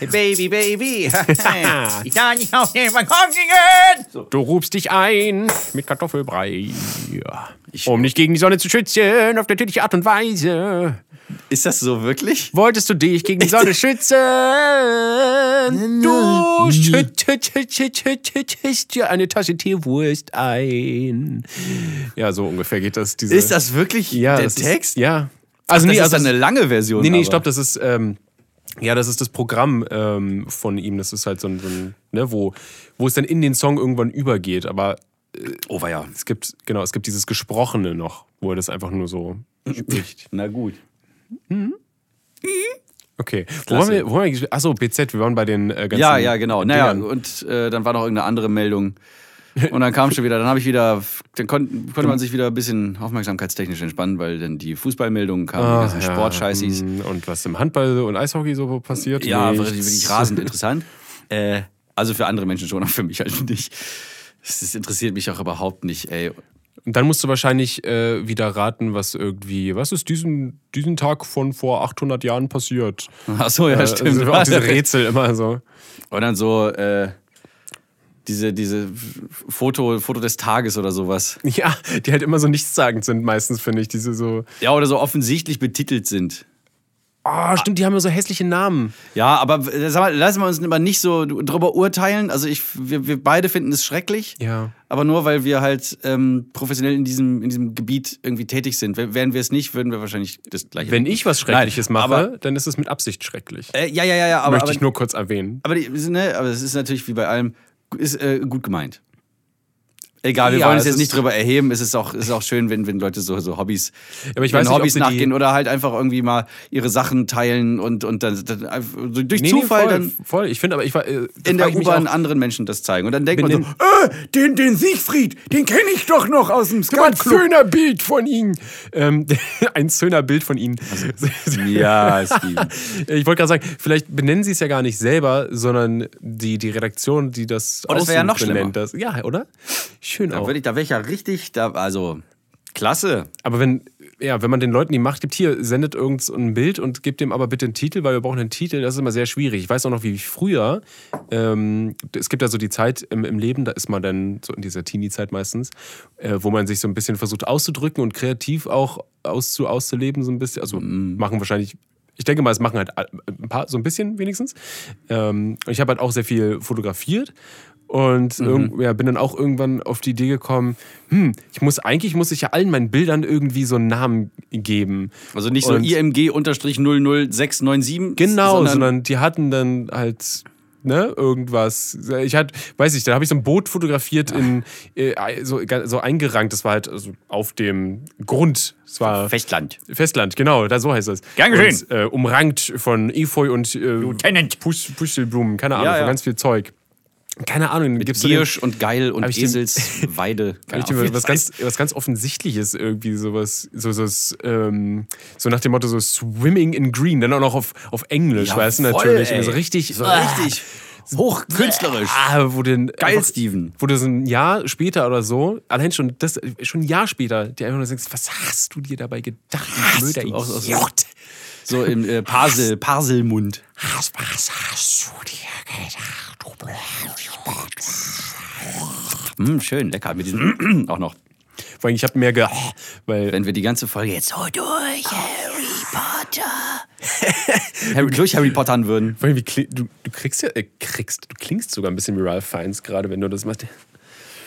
[SPEAKER 3] Hey Baby, Baby.
[SPEAKER 5] Ich kann nicht auf den Balkon gehen. So.
[SPEAKER 1] Du rufst dich ein mit Kartoffelbrei, um dich gegen die Sonne zu schützen, auf natürliche Art und Weise.
[SPEAKER 3] Ist das so wirklich?
[SPEAKER 1] Wolltest du dich gegen die <laughs> Sonne schützen? Du schüttest dir eine Tasche Tierwurst ein. Ja, so ungefähr geht das. Diese
[SPEAKER 3] Ist das wirklich
[SPEAKER 1] ja,
[SPEAKER 3] der
[SPEAKER 1] das ist-
[SPEAKER 3] Text?
[SPEAKER 1] ja. Also,
[SPEAKER 3] Das
[SPEAKER 1] nee,
[SPEAKER 3] ist
[SPEAKER 1] also
[SPEAKER 3] dann
[SPEAKER 1] es-
[SPEAKER 3] eine lange Version.
[SPEAKER 1] Nee, nee,
[SPEAKER 3] aber.
[SPEAKER 1] stopp, das ist, ähm, ja, das ist das Programm ähm, von ihm. Das ist halt so ein, so ein ne, wo, wo es dann in den Song irgendwann übergeht. Aber
[SPEAKER 3] Oh, war ja.
[SPEAKER 1] es gibt, genau, es gibt dieses Gesprochene noch, wo er das einfach nur so <laughs> spricht.
[SPEAKER 5] Na gut.
[SPEAKER 1] Okay. Wo waren wir, wo waren wir, achso, BZ, wir waren bei den äh, ganzen.
[SPEAKER 3] Ja, ja, genau. Naja,
[SPEAKER 1] Dingern.
[SPEAKER 3] und äh, dann war noch irgendeine andere Meldung. Und dann kam schon wieder, dann habe ich wieder, dann kon, konnte man sich wieder ein bisschen aufmerksamkeitstechnisch entspannen, weil dann die Fußballmeldungen kamen, die ganzen
[SPEAKER 1] Ja, hm,
[SPEAKER 3] Sportscheißis.
[SPEAKER 1] mh, Und was im Handball und Eishockey so passiert.
[SPEAKER 3] Ja,
[SPEAKER 1] Nichts.
[SPEAKER 3] wirklich, wirklich
[SPEAKER 1] <laughs>
[SPEAKER 3] rasend interessant. Äh, also für andere Menschen schon, aber für mich halt nicht. Das ist- interessiert mich auch überhaupt nicht, ey.
[SPEAKER 1] Und dann musst du wahrscheinlich äh, wieder raten, was irgendwie, was ist diesen, diesen Tag von vor 800 Jahren passiert?
[SPEAKER 3] Ach so, <laughs> ja,
[SPEAKER 1] Äh,
[SPEAKER 3] stimmt.
[SPEAKER 1] Auch diese Rätsel immer so.
[SPEAKER 3] <laughs> Und dann so, äh, diese, diese Foto, Foto des Tages oder sowas.
[SPEAKER 1] Ja, die halt immer so nichtssagend sind meistens, finde ich. Diese so,
[SPEAKER 3] Ja, oder so offensichtlich betitelt sind.
[SPEAKER 1] ah, stimmt, die haben ja so hässliche Namen.
[SPEAKER 3] Ja, aber äh, sag mal, lassen wir uns aber nicht so drüber urteilen. Also ich, wir, wir beide finden es schrecklich.
[SPEAKER 1] Ja.
[SPEAKER 3] Aber nur weil wir halt ähm, professionell in diesem, in diesem Gebiet irgendwie tätig sind. W- Wären wir es nicht, würden wir wahrscheinlich das gleiche.
[SPEAKER 1] Wenn ich was Schreckliches
[SPEAKER 3] Nein,
[SPEAKER 1] mache,
[SPEAKER 3] aber-
[SPEAKER 1] dann ist es mit Absicht schrecklich.
[SPEAKER 3] äh, ja, ja, ja, ja, aber.
[SPEAKER 1] Möchte
[SPEAKER 3] aber,
[SPEAKER 1] ich nur kurz erwähnen.
[SPEAKER 3] aber, die, ne, aber es ist natürlich wie bei allem, ist äh, gut gemeint. Egal, wir
[SPEAKER 1] Ja,
[SPEAKER 3] wollen uns
[SPEAKER 1] es
[SPEAKER 3] jetzt nicht
[SPEAKER 1] ist-
[SPEAKER 3] drüber erheben. Es ist auch, es ist auch schön, wenn, wenn Leute so, so Hobbys,
[SPEAKER 1] Aber ich
[SPEAKER 3] wenn
[SPEAKER 1] weiß nicht, ob
[SPEAKER 3] Hobbys
[SPEAKER 1] sie die-
[SPEAKER 3] nachgehen oder halt einfach irgendwie mal ihre Sachen teilen und, und dann, dann einfach- durch
[SPEAKER 1] Nee, nee,
[SPEAKER 3] Zufall
[SPEAKER 1] voll,
[SPEAKER 3] dann.
[SPEAKER 1] voll. Ich finde aber, ich war. äh, da
[SPEAKER 3] in
[SPEAKER 1] frag
[SPEAKER 3] der
[SPEAKER 1] ich mich
[SPEAKER 3] U-Bahn
[SPEAKER 1] auch-
[SPEAKER 3] anderen Menschen das zeigen. Und dann denkt man
[SPEAKER 1] Benehm-
[SPEAKER 3] so, äh, den, den Siegfried, den kenne ich doch noch aus dem
[SPEAKER 1] Guck mal, ein
[SPEAKER 3] Skat-Club.
[SPEAKER 1] schöner Bild von Ihnen. Ähm, <laughs> ein schöner Bild von Ihnen.
[SPEAKER 3] Also,
[SPEAKER 1] <laughs>
[SPEAKER 3] Ja, <laughs> Steven.
[SPEAKER 1] Ich wollte gerade sagen, vielleicht benennen sie es ja gar nicht selber, sondern die, die Redaktion, die das
[SPEAKER 3] Oh, das wär ja
[SPEAKER 1] aussucht,
[SPEAKER 3] noch schlimmer.
[SPEAKER 1] benennt das. Ja, oder? Schön
[SPEAKER 3] Da
[SPEAKER 1] auch.
[SPEAKER 3] würde ich, da wäre ich ja richtig, da, also, klasse.
[SPEAKER 1] Aber wenn, ja, wenn man den Leuten die Macht gibt, hier sendet irgend so ein Bild und gebt dem aber bitte einen Titel, weil wir brauchen einen Titel, das ist immer sehr schwierig. Ich weiß auch noch, wie ich früher, ähm, es gibt ja so die Zeit im, im Leben, da ist man dann so in dieser Teenie-Zeit meistens, äh, wo man sich so ein bisschen versucht auszudrücken und kreativ auch auszu, auszuleben, so ein bisschen. Also machen wahrscheinlich. Ich denke mal, es machen halt ein paar, so ein bisschen wenigstens. Ähm, und ich habe halt auch sehr viel fotografiert
[SPEAKER 3] Mhm.
[SPEAKER 1] und irgend- ja, bin dann auch irgendwann auf die Idee gekommen, hm, ich muss eigentlich muss ich ja allen meinen Bildern irgendwie so einen Namen geben.
[SPEAKER 3] Also nicht so
[SPEAKER 1] Und-
[SPEAKER 3] IMG-00697.
[SPEAKER 1] Genau, sondern, die hatten dann halt ne irgendwas. Ich hatte, weiß ich, da habe ich so ein Boot fotografiert in äh, so, so eingerankt. Das war halt also auf dem Grund. Es war
[SPEAKER 3] Fechtland.
[SPEAKER 1] Festland, genau, da so heißt das.
[SPEAKER 3] Gern geschehen.
[SPEAKER 1] Und, äh, umrankt von Efeu und äh, Pus- Pustelblumen, keine Ahnung,
[SPEAKER 3] Ja, ja.
[SPEAKER 1] von ganz viel Zeug. Keine Ahnung, gibt's so den-
[SPEAKER 3] Giersch und Geil und
[SPEAKER 1] Hab ich den-
[SPEAKER 3] <laughs> Eselsweide.
[SPEAKER 1] Hab
[SPEAKER 3] Keine
[SPEAKER 1] ich dir mal
[SPEAKER 3] Ahnung.
[SPEAKER 1] was ganz, was ganz Offensichtliches irgendwie, sowas, so, so, ähm, so nach dem Motto so Swimming in Green, dann auch noch auf, auf Englisch, weißt du
[SPEAKER 3] Jawohl,
[SPEAKER 1] natürlich.
[SPEAKER 3] ey.
[SPEAKER 1] So richtig,
[SPEAKER 3] So <laughs> richtig hochkünstlerisch.
[SPEAKER 1] Ah, wo denn
[SPEAKER 3] Geil,
[SPEAKER 1] einfach-
[SPEAKER 3] Steven.
[SPEAKER 1] Wo du so ein Jahr später oder so, allein schon das, schon ein Jahr später, dir einfach nur denkst, was hast du dir dabei gedacht, du blöder
[SPEAKER 3] du auch so-
[SPEAKER 1] Idiot?
[SPEAKER 3] So im äh, Parsel, Parselmund.
[SPEAKER 4] Was, was hast du dir gedacht, du blöder
[SPEAKER 3] Mm, schön, lecker. Mit <clears throat> diesem auch noch.
[SPEAKER 1] Vor allem, ich habe mehr ge... Weil,
[SPEAKER 3] Wenn wir die ganze Folge jetzt Oh,
[SPEAKER 4] So durch, Harry Potter.
[SPEAKER 3] <laughs> Harry, durch Harry Pottern würden.
[SPEAKER 1] vor allem, wie kli- du, du kriegst ja, äh, kriegst, du klingst sogar ein bisschen wie Ralph Fiennes, gerade wenn du das machst.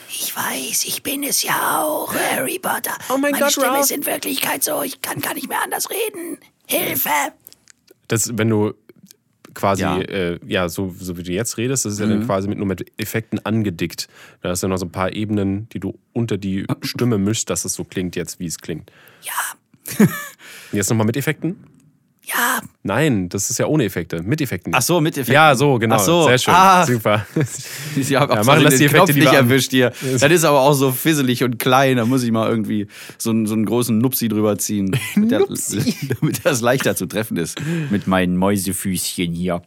[SPEAKER 4] Ich weiß, ich bin es ja auch, Harry Potter.
[SPEAKER 1] Oh mein
[SPEAKER 4] Meine
[SPEAKER 1] Gott,
[SPEAKER 4] Stimme
[SPEAKER 1] Ralph.
[SPEAKER 4] ist in Wirklichkeit so, ich kann gar nicht mehr anders reden. Hilfe!
[SPEAKER 1] Das, wenn du quasi,
[SPEAKER 3] Ja. Mhm.
[SPEAKER 1] ja, äh, ja so, so wie du jetzt redest, das ist ja dann quasi mit, nur mit Effekten angedickt. Da hast du noch so ein paar Ebenen, die du unter die Stimme mischst, dass es so klingt jetzt, wie es klingt.
[SPEAKER 4] Ja,
[SPEAKER 1] Jetzt nochmal mit Effekten?
[SPEAKER 4] ja,
[SPEAKER 1] Nein, das ist ja ohne Effekte. Mit Effekten.
[SPEAKER 3] Ach so, mit Effekten.
[SPEAKER 1] Ja, so, genau.
[SPEAKER 3] Ach so.
[SPEAKER 1] Sehr schön.
[SPEAKER 3] Ah.
[SPEAKER 1] Super. <laughs>
[SPEAKER 3] Ich hab ja,
[SPEAKER 1] machen
[SPEAKER 3] machen
[SPEAKER 1] lass
[SPEAKER 3] das
[SPEAKER 1] die
[SPEAKER 3] die
[SPEAKER 1] Effekte
[SPEAKER 3] Knopf
[SPEAKER 1] lieber
[SPEAKER 3] nicht
[SPEAKER 1] an.
[SPEAKER 3] erwischt hier. Das ist aber auch so fisselig und klein. Da muss ich mal irgendwie so einen, so einen großen Nupsi drüber <laughs> ziehen. Mit der, damit das leichter zu treffen ist. Mit meinen Mäusefüßchen hier.
[SPEAKER 1] Und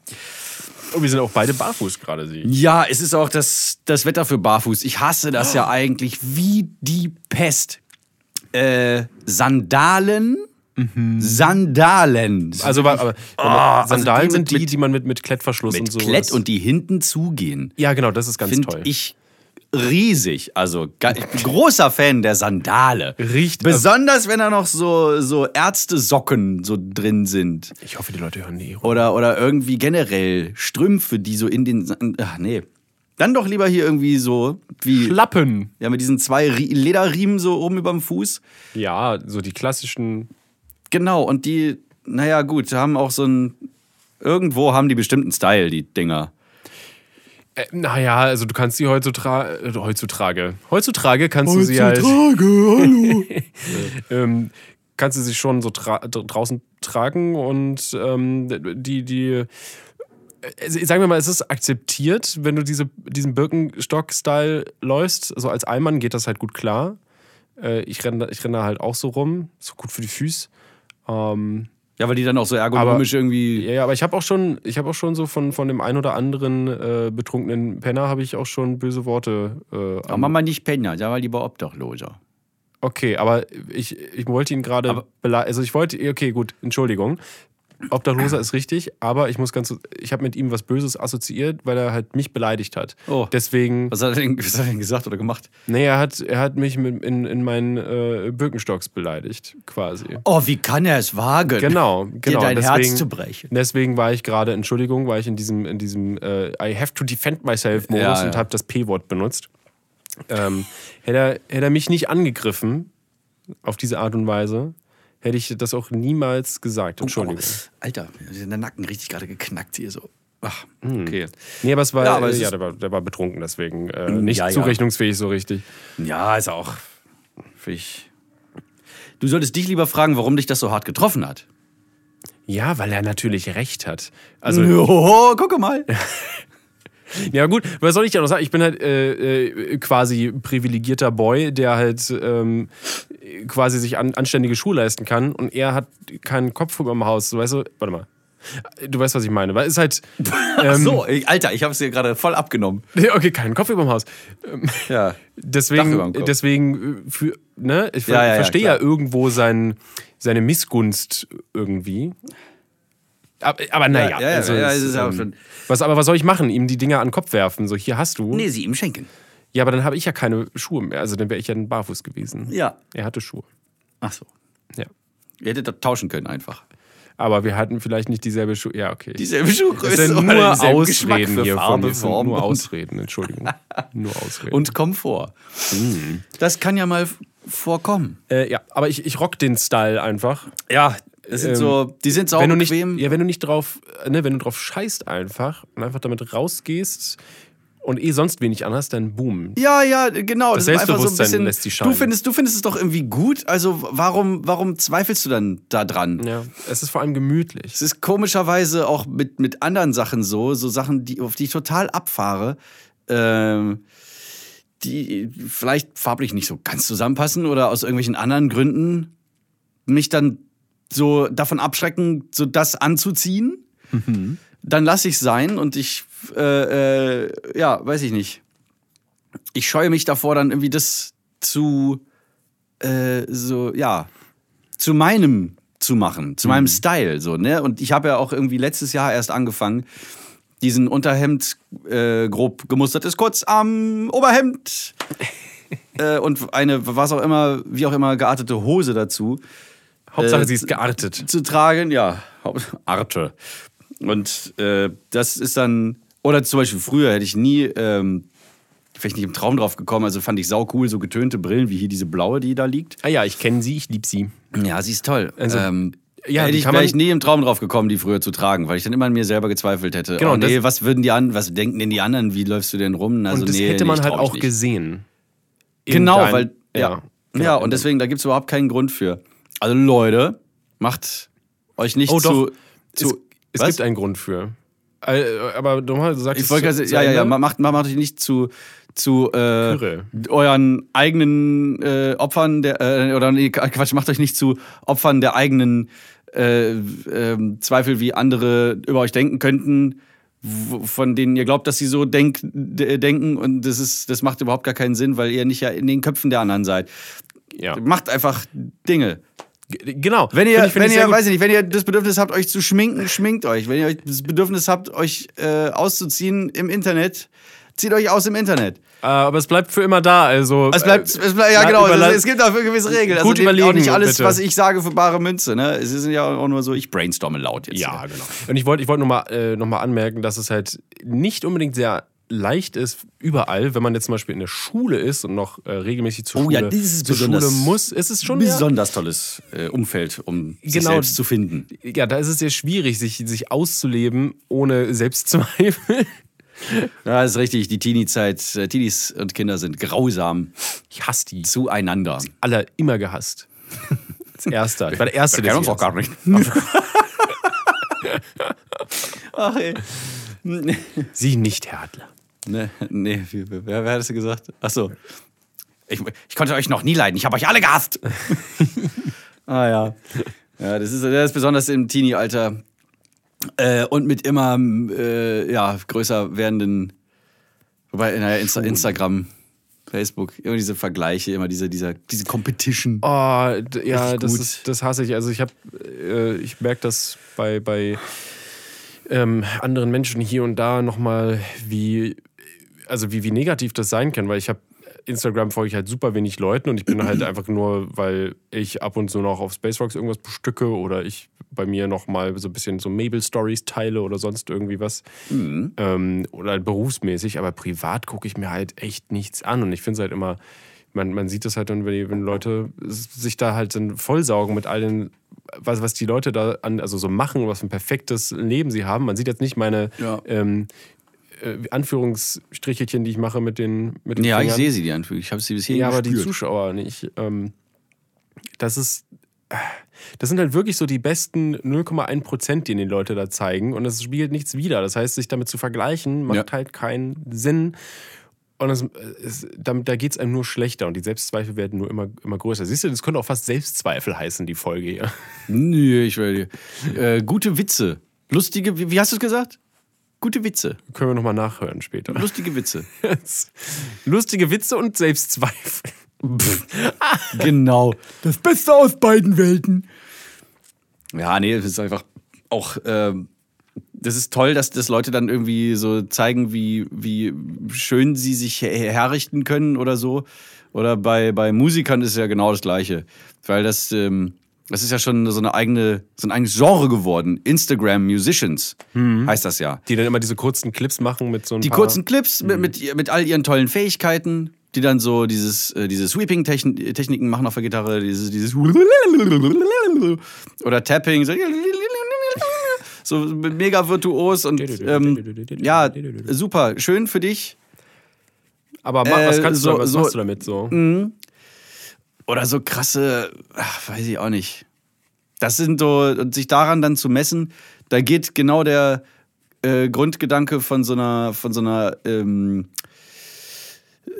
[SPEAKER 1] Oh, wir sind auch beide barfuß gerade, sehe ich.
[SPEAKER 3] Ja, es ist auch das, das Wetter für Barfuß. Ich hasse das ja eigentlich wie die Pest. Äh, Sandalen Sandalen.
[SPEAKER 1] Also, wa- aber
[SPEAKER 3] Ah, also
[SPEAKER 1] Sandalen
[SPEAKER 3] die
[SPEAKER 1] sind
[SPEAKER 3] mit-
[SPEAKER 1] die, die man mit, mit Klettverschluss und
[SPEAKER 3] mit
[SPEAKER 1] so.
[SPEAKER 3] Klett und die hinten zugehen.
[SPEAKER 1] ja, genau, das ist ganz
[SPEAKER 3] Finde
[SPEAKER 1] toll.
[SPEAKER 3] ich riesig. Also ga- ich bin großer Fan der Sandale.
[SPEAKER 1] Riecht-
[SPEAKER 3] Besonders wenn da noch so, so Ärztesocken so drin sind.
[SPEAKER 1] ich hoffe, die Leute hören die.
[SPEAKER 3] Oder, oder irgendwie generell Strümpfe, die so in den. Sand- Ach nee. Dann doch lieber hier irgendwie so wie.
[SPEAKER 1] Schlappen.
[SPEAKER 3] Ja, mit diesen zwei Rie Lederriemen so oben über dem Fuß.
[SPEAKER 1] Ja, so die klassischen.
[SPEAKER 3] Genau, und die, naja, gut, haben auch so ein. Irgendwo haben die bestimmten Style, die Dinger.
[SPEAKER 1] Äh, naja, also du kannst die heutzutra äh, heutzutage. Heutzutage kannst du sie halt.
[SPEAKER 2] hallo.
[SPEAKER 1] <laughs> ähm, kannst du sie schon so tra dr- draußen tragen und ähm, die, die, äh, sagen wir mal, es ist akzeptiert, wenn du diese, diesen Birkenstock-Style läufst. So als Allmann geht das halt gut klar. Äh, ich renne ich renn da halt auch so rum, so gut für die Füße. Ähm,
[SPEAKER 3] Ja, weil die dann auch so ergonomisch irgendwie.
[SPEAKER 1] ja, ja, aber ich habe auch schon, ich habe auch schon so von, von dem ein oder anderen äh, betrunkenen Penner habe ich auch schon böse Worte. Äh,
[SPEAKER 3] Ja,
[SPEAKER 1] an-
[SPEAKER 3] mach mal nicht Penner, sag mal lieber Obdachloser.
[SPEAKER 1] Okay, aber ich, ich wollte ihn gerade. bele- Also ich wollte. Okay, gut, Entschuldigung.
[SPEAKER 3] <clears throat>
[SPEAKER 1] Obdachloser ist richtig, aber ich muss ganz. Ich habe mit ihm was Böses assoziiert, weil er halt mich beleidigt hat.
[SPEAKER 3] Oh.
[SPEAKER 1] Deswegen.
[SPEAKER 3] Was hat er denn, was hat er denn gesagt oder gemacht?
[SPEAKER 1] Nee, er hat, er hat mich mit, in, in meinen äh, Birkenstocks beleidigt, quasi.
[SPEAKER 3] Oh, wie kann er es wagen?
[SPEAKER 1] Genau, genau.
[SPEAKER 3] Dir dein
[SPEAKER 1] deswegen,
[SPEAKER 3] Herz zu brechen.
[SPEAKER 1] Deswegen war ich gerade, Entschuldigung, war ich in diesem, in diesem äh, I have to defend myself Modus
[SPEAKER 3] Ja, ja.
[SPEAKER 1] und habe das P-Wort benutzt. Ähm, hätte, er, hätte er mich nicht angegriffen auf diese Art und Weise, hätte ich das auch niemals gesagt.
[SPEAKER 3] Oh,
[SPEAKER 1] Entschuldigung.
[SPEAKER 3] Alter, mir hat der Nacken richtig gerade geknackt hier so. Ach,
[SPEAKER 1] Hm.
[SPEAKER 3] okay.
[SPEAKER 1] Nee, aber es war,
[SPEAKER 3] Ja,
[SPEAKER 1] ja,
[SPEAKER 3] aber es
[SPEAKER 1] ja
[SPEAKER 3] ist-
[SPEAKER 1] der, war, der war betrunken, deswegen äh, nicht
[SPEAKER 3] ja.
[SPEAKER 1] zurechnungsfähig so richtig.
[SPEAKER 3] Ja, ist auch. Ich. Du solltest dich lieber fragen, warum dich das so hart getroffen hat.
[SPEAKER 1] Ja, weil er natürlich recht hat. Also,
[SPEAKER 3] <laughs> Joho, gucke mal.
[SPEAKER 1] Ja gut, was soll ich da noch sagen? Ich bin halt äh, äh, quasi privilegierter Boy, der halt ähm, quasi sich an, anständige Schuhe leisten kann und er hat keinen Kopf über dem Haus. So, weißt du, warte mal. Du weißt, was ich meine. Weil es
[SPEAKER 3] <laughs>
[SPEAKER 1] halt.
[SPEAKER 3] Ach so, ich- Alter, ich habe es dir gerade voll abgenommen.
[SPEAKER 1] Okay, keinen Kopf über dem Haus. Ähm,
[SPEAKER 3] Ja. Dach überm
[SPEAKER 1] Deswegen,
[SPEAKER 3] Kopf.
[SPEAKER 1] deswegen äh, für, ne? ich ver
[SPEAKER 3] Ja, ja, ja,
[SPEAKER 1] verstehe ja,
[SPEAKER 3] klar.
[SPEAKER 1] irgendwo sein, seine Missgunst irgendwie. Aber, aber naja. also
[SPEAKER 3] Ja, ja, ja, ja, es
[SPEAKER 1] ähm,
[SPEAKER 3] ist auch schon-
[SPEAKER 1] was, aber was soll ich machen? Ihm die Dinger an den Kopf werfen? So, hier hast du.
[SPEAKER 3] Nee, sie ihm schenken.
[SPEAKER 1] Ja, aber dann habe ich ja keine Schuhe mehr. Also dann wäre ich ja ein Barfuß gewesen.
[SPEAKER 3] Ja.
[SPEAKER 1] Er hatte Schuhe.
[SPEAKER 3] Ach so.
[SPEAKER 1] Ja.
[SPEAKER 3] Ihr hättet das tauschen können einfach.
[SPEAKER 1] Aber wir hatten vielleicht nicht dieselbe Schuhe. Ja, okay.
[SPEAKER 3] Dieselbe Schuhgröße.
[SPEAKER 1] das sind nur
[SPEAKER 3] oder denselben Geschmack
[SPEAKER 1] Ausreden
[SPEAKER 3] für
[SPEAKER 1] hier von
[SPEAKER 3] Farbe,
[SPEAKER 1] mir. Das sind
[SPEAKER 3] Form
[SPEAKER 1] Nur
[SPEAKER 3] und-
[SPEAKER 1] Ausreden, Entschuldigung. nur Ausreden.
[SPEAKER 3] <laughs> Und Komfort.
[SPEAKER 1] Mhm.
[SPEAKER 3] Das kann ja mal f- vorkommen.
[SPEAKER 1] äh, ja, aber ich, ich rock den Style einfach.
[SPEAKER 3] Ja, das sind
[SPEAKER 1] Ähm,
[SPEAKER 3] so, die sind
[SPEAKER 1] Wenn du nicht,
[SPEAKER 3] saubequem.
[SPEAKER 1] ja, wenn du nicht drauf, äh, ne, wenn du drauf scheißt einfach und einfach damit rausgehst und eh sonst wenig anhast, dann boom.
[SPEAKER 3] Ja, ja, genau. Das,
[SPEAKER 1] Selbstbewusstsein lässt sie scheinen.
[SPEAKER 3] du findest, du findest es doch irgendwie gut. Also warum, warum zweifelst du dann da dran?
[SPEAKER 1] Ja, es ist vor allem gemütlich.
[SPEAKER 3] Es ist komischerweise auch mit, mit anderen Sachen so, so Sachen, die, auf die ich total abfahre, ähm, die vielleicht farblich nicht so ganz zusammenpassen oder aus irgendwelchen anderen Gründen mich dann so davon abschrecken, so das anzuziehen. Dann lasse ich sein und ich, äh, äh, ja, weiß ich nicht. Ich scheue mich davor, dann irgendwie das zu, äh, so, ja, zu meinem zu machen, zu meinem Style so, ne? Und ich habe ja auch irgendwie letztes Jahr erst angefangen, diesen Unterhemd äh, grob gemustertes kurzarm Oberhemd äh, und eine was auch immer, wie auch immer geartete Hose dazu
[SPEAKER 1] Hauptsache,
[SPEAKER 3] äh,
[SPEAKER 1] sie ist geartet.
[SPEAKER 3] zu tragen, ja, Haupt- Arte. Und äh, das ist dann, oder zum Beispiel früher hätte ich nie, ähm, vielleicht nicht im Traum drauf gekommen, also fand ich sau cool, so getönte Brillen wie hier diese blaue, die da liegt.
[SPEAKER 1] Ah ja, ich kenne sie, ich liebe sie.
[SPEAKER 3] Ja, sie ist toll.
[SPEAKER 1] Also,
[SPEAKER 3] ähm,
[SPEAKER 1] ja,
[SPEAKER 3] hätte
[SPEAKER 1] die
[SPEAKER 3] ich,
[SPEAKER 1] kann
[SPEAKER 3] wäre
[SPEAKER 1] man-
[SPEAKER 3] ich nie im Traum drauf gekommen, die früher zu tragen, weil ich dann immer an mir selber gezweifelt hätte.
[SPEAKER 1] Genau,
[SPEAKER 3] oh, nee,
[SPEAKER 1] das-
[SPEAKER 3] was würden die an, was denken denn die anderen, wie läufst du denn rum? Also,
[SPEAKER 1] und das
[SPEAKER 3] nee,
[SPEAKER 1] hätte
[SPEAKER 3] nee,
[SPEAKER 1] man
[SPEAKER 3] ich
[SPEAKER 1] halt
[SPEAKER 3] trau mich
[SPEAKER 1] auch
[SPEAKER 3] nicht.
[SPEAKER 1] gesehen. In
[SPEAKER 3] Genau,
[SPEAKER 1] dein-
[SPEAKER 3] weil. Ja, ja,
[SPEAKER 1] genau, in
[SPEAKER 3] und deswegen, da gibt es überhaupt keinen Grund für. Also, Leute, macht euch nicht
[SPEAKER 1] Oh,
[SPEAKER 3] zu.
[SPEAKER 1] doch.
[SPEAKER 3] zu
[SPEAKER 1] Es, es
[SPEAKER 3] was?
[SPEAKER 1] gibt einen Grund für. Äh, Aber nochmal, du sagst
[SPEAKER 3] ich wollte
[SPEAKER 1] es
[SPEAKER 3] gerade
[SPEAKER 1] zu-
[SPEAKER 3] sagen,
[SPEAKER 1] zu
[SPEAKER 3] ja, ja, ja,
[SPEAKER 1] Ende.
[SPEAKER 3] macht, macht euch nicht zu, zu äh,
[SPEAKER 1] Irre.
[SPEAKER 3] euren eigenen äh, Opfern der, äh, oder nee, Quatsch, macht euch nicht zu Opfern der eigenen äh, ähm, Zweifel, wie andere über euch denken könnten, wo- von denen ihr glaubt, dass sie so denk, de, denken und das ist, das macht überhaupt gar keinen Sinn, weil ihr nicht ja in den Köpfen der anderen seid.
[SPEAKER 1] Ja.
[SPEAKER 3] Macht einfach Dinge.
[SPEAKER 1] G- Genau.
[SPEAKER 3] Wenn ihr,
[SPEAKER 1] Finde ich- finde
[SPEAKER 3] wenn
[SPEAKER 1] ich sehr
[SPEAKER 3] ihr
[SPEAKER 1] gut.
[SPEAKER 3] weiß ich nicht, wenn ihr das Bedürfnis habt, euch zu schminken, schminkt euch. Wenn ihr euch das Bedürfnis habt, euch äh, auszuziehen im Internet, zieht euch aus im Internet.
[SPEAKER 1] Äh, aber es bleibt für immer da. Also,
[SPEAKER 3] Es bleibt,
[SPEAKER 1] äh,
[SPEAKER 3] es bleibt ja
[SPEAKER 1] na,
[SPEAKER 3] genau,
[SPEAKER 1] überla-
[SPEAKER 3] es, es gibt dafür gewisse Regeln.
[SPEAKER 1] Gut
[SPEAKER 3] nehmt auch
[SPEAKER 1] überlegen,
[SPEAKER 3] nicht alles,
[SPEAKER 1] bitte.
[SPEAKER 3] was ich sage, für bare Münze. Ne? Es ist ja auch nur so, ich brainstorme laut jetzt.
[SPEAKER 1] Ja,
[SPEAKER 3] hier.
[SPEAKER 1] genau. Und ich wollte ich wollte nur mal, äh, noch mal anmerken, dass es halt nicht unbedingt sehr leicht ist, überall, wenn man jetzt zum Beispiel in der Schule ist und noch äh, regelmäßig zur,
[SPEAKER 3] Oh
[SPEAKER 1] Schule,
[SPEAKER 3] ja, das ist
[SPEAKER 1] zur Schule
[SPEAKER 3] besonders-
[SPEAKER 1] muss, ist es schon ja,
[SPEAKER 3] Besonders tolles äh, Umfeld, um sich
[SPEAKER 1] Genau.
[SPEAKER 3] selbst zu finden.
[SPEAKER 1] ja, da ist es sehr schwierig, sich, sich auszuleben ohne Selbstzweifel. <laughs>
[SPEAKER 3] Ja, ist richtig. Die Teenie-Zeit, äh, Teenies und Kinder sind grausam
[SPEAKER 1] Ich hasse die.
[SPEAKER 3] zueinander.
[SPEAKER 1] Alle immer gehasst. Als erster. Ich war der Erste,
[SPEAKER 3] Wir
[SPEAKER 1] der
[SPEAKER 3] kennen uns
[SPEAKER 1] sie
[SPEAKER 3] auch
[SPEAKER 1] hasst.
[SPEAKER 3] gar nicht. <laughs> Ach ey.
[SPEAKER 1] Sie nicht, Herr Adler.
[SPEAKER 3] Ne, nee, wie- wer, wer hat es gesagt? Achso. Ich, ich konnte euch noch nie leiden. Ich habe euch alle gehasst. <laughs> ah ja. Ja, das ist, das ist besonders im Teenie-Alter. Äh, und mit immer äh, ja, größer werdenden, wobei naja, Insta Instagram, Facebook, immer diese Vergleiche, immer diese, dieser, diese Competition.
[SPEAKER 1] Oh, d- ja,
[SPEAKER 3] Richtig
[SPEAKER 1] das,
[SPEAKER 3] gut.
[SPEAKER 1] ist, das hasse ich. Also ich habe, äh, ich merke das bei, bei ähm, anderen Menschen hier und da nochmal, wie, also wie, wie negativ das sein kann, weil ich habe Instagram folge ich halt super wenig Leuten und ich bin halt einfach nur, weil ich ab und zu noch auf Spacefox irgendwas bestücke oder ich bei mir nochmal so ein bisschen so Mabel-Stories teile oder sonst irgendwie was. Ähm, oder halt berufsmäßig, aber privat gucke ich mir halt echt nichts an und ich finde es halt immer, man, man sieht das halt dann, wenn, die, wenn Leute s- sich da halt dann vollsaugen mit all den, was, was die Leute da an, also so machen und was für ein perfektes Leben sie haben. Man sieht jetzt nicht meine
[SPEAKER 3] Ja.
[SPEAKER 1] ähm, äh, Anführungsstrichelchen, die ich mache mit den mit den
[SPEAKER 3] ja, ich
[SPEAKER 1] Fingern.
[SPEAKER 3] sehe sie die Anführung. Ich habe sie bisher
[SPEAKER 1] Ja, aber die
[SPEAKER 3] gespürt.
[SPEAKER 1] Zuschauer nicht. Ähm, das ist. Das sind halt wirklich so die besten 0,1 Prozent, die die Leute da zeigen. Und es spiegelt nichts wider. Das heißt, sich damit zu vergleichen, macht
[SPEAKER 3] Ja.
[SPEAKER 1] halt keinen Sinn. Und es, es, damit, da geht es einem nur schlechter. Und die Selbstzweifel werden nur immer, immer größer. Siehst du, das könnte auch fast Selbstzweifel heißen, die Folge hier. <laughs>
[SPEAKER 3] Nö, ich will äh, Gute Witze. Lustige, wie, wie hast du es gesagt? Gute Witze.
[SPEAKER 1] Können wir nochmal nachhören später.
[SPEAKER 3] <laughs> Lustige Witze.
[SPEAKER 1] Lustige Witze und Selbstzweifel.
[SPEAKER 3] genau. Das Beste aus beiden Welten. Ja, nee, das ist einfach auch. ähm, das ist toll, dass das Leute dann irgendwie so zeigen, wie, wie schön sie sich her- herrichten können oder so. Oder bei, bei Musikern ist es ja genau das Gleiche. Weil das, ähm, das ist ja schon so, eine eigene, so ein eigenes Genre geworden. Instagram Musicians heißt das ja.
[SPEAKER 1] Die dann immer diese kurzen Clips machen mit so ein
[SPEAKER 3] Die
[SPEAKER 1] paar
[SPEAKER 3] kurzen Clips mit, mit, ihr- mit all ihren tollen Fähigkeiten, die dann so dieses, äh, diese Sweeping-Techniken machen auf der Gitarre, dieses, dieses oder Tapping, so, so mega virtuos und ähm, ja, super, schön für dich.
[SPEAKER 1] Aber ma- was,
[SPEAKER 3] Äh,
[SPEAKER 1] kannst
[SPEAKER 3] so-
[SPEAKER 1] du, was
[SPEAKER 3] so-
[SPEAKER 1] machst du damit so? Mm.
[SPEAKER 3] Oder so krasse, ach, weiß ich auch nicht. Das sind so, und sich daran dann zu messen, da geht genau der äh, Grundgedanke von so einer, von so einer ähm,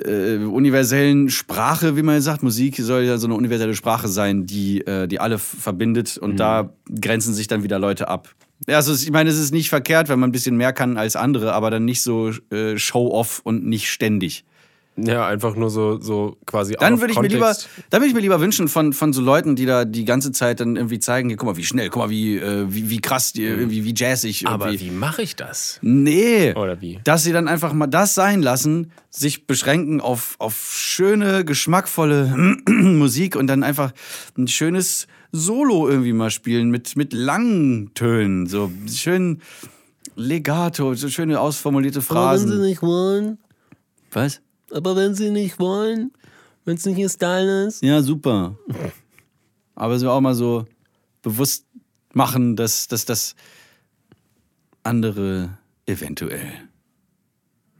[SPEAKER 3] äh, universellen Sprache, wie man sagt. Musik soll ja so eine universelle Sprache sein, die, äh, die alle f- verbindet und da grenzen sich dann wieder Leute ab. Ja, also es- ich meine, es ist nicht verkehrt, wenn man ein bisschen mehr kann als andere, aber dann nicht so äh, show-off und nicht ständig.
[SPEAKER 1] Ja, einfach nur so, so quasi. out
[SPEAKER 3] Dann
[SPEAKER 1] of
[SPEAKER 3] würde ich mir lieber,
[SPEAKER 1] context.
[SPEAKER 3] dann würde ich mir lieber wünschen von, von so Leuten, die da die ganze Zeit dann irgendwie zeigen, hier, guck mal, wie schnell, guck mal, wie, äh, wie, wie krass, die, irgendwie, wie jazzig. Irgendwie.
[SPEAKER 1] Mhm. Aber wie mache ich das?
[SPEAKER 3] Nee.
[SPEAKER 1] Oder wie?
[SPEAKER 3] Dass sie dann einfach mal das sein lassen, sich beschränken auf, auf schöne, geschmackvolle <clears throat> Musik und dann einfach ein schönes Solo irgendwie mal spielen mit, mit langen Tönen, so schön Legato, so schöne ausformulierte Phrasen.
[SPEAKER 6] nicht wollen,
[SPEAKER 3] Was?
[SPEAKER 6] aber wenn sie nicht wollen, wenn es nicht ihr Style ist.
[SPEAKER 3] Ja, super. Aber es war auch mal so bewusst machen, dass, dass das andere eventuell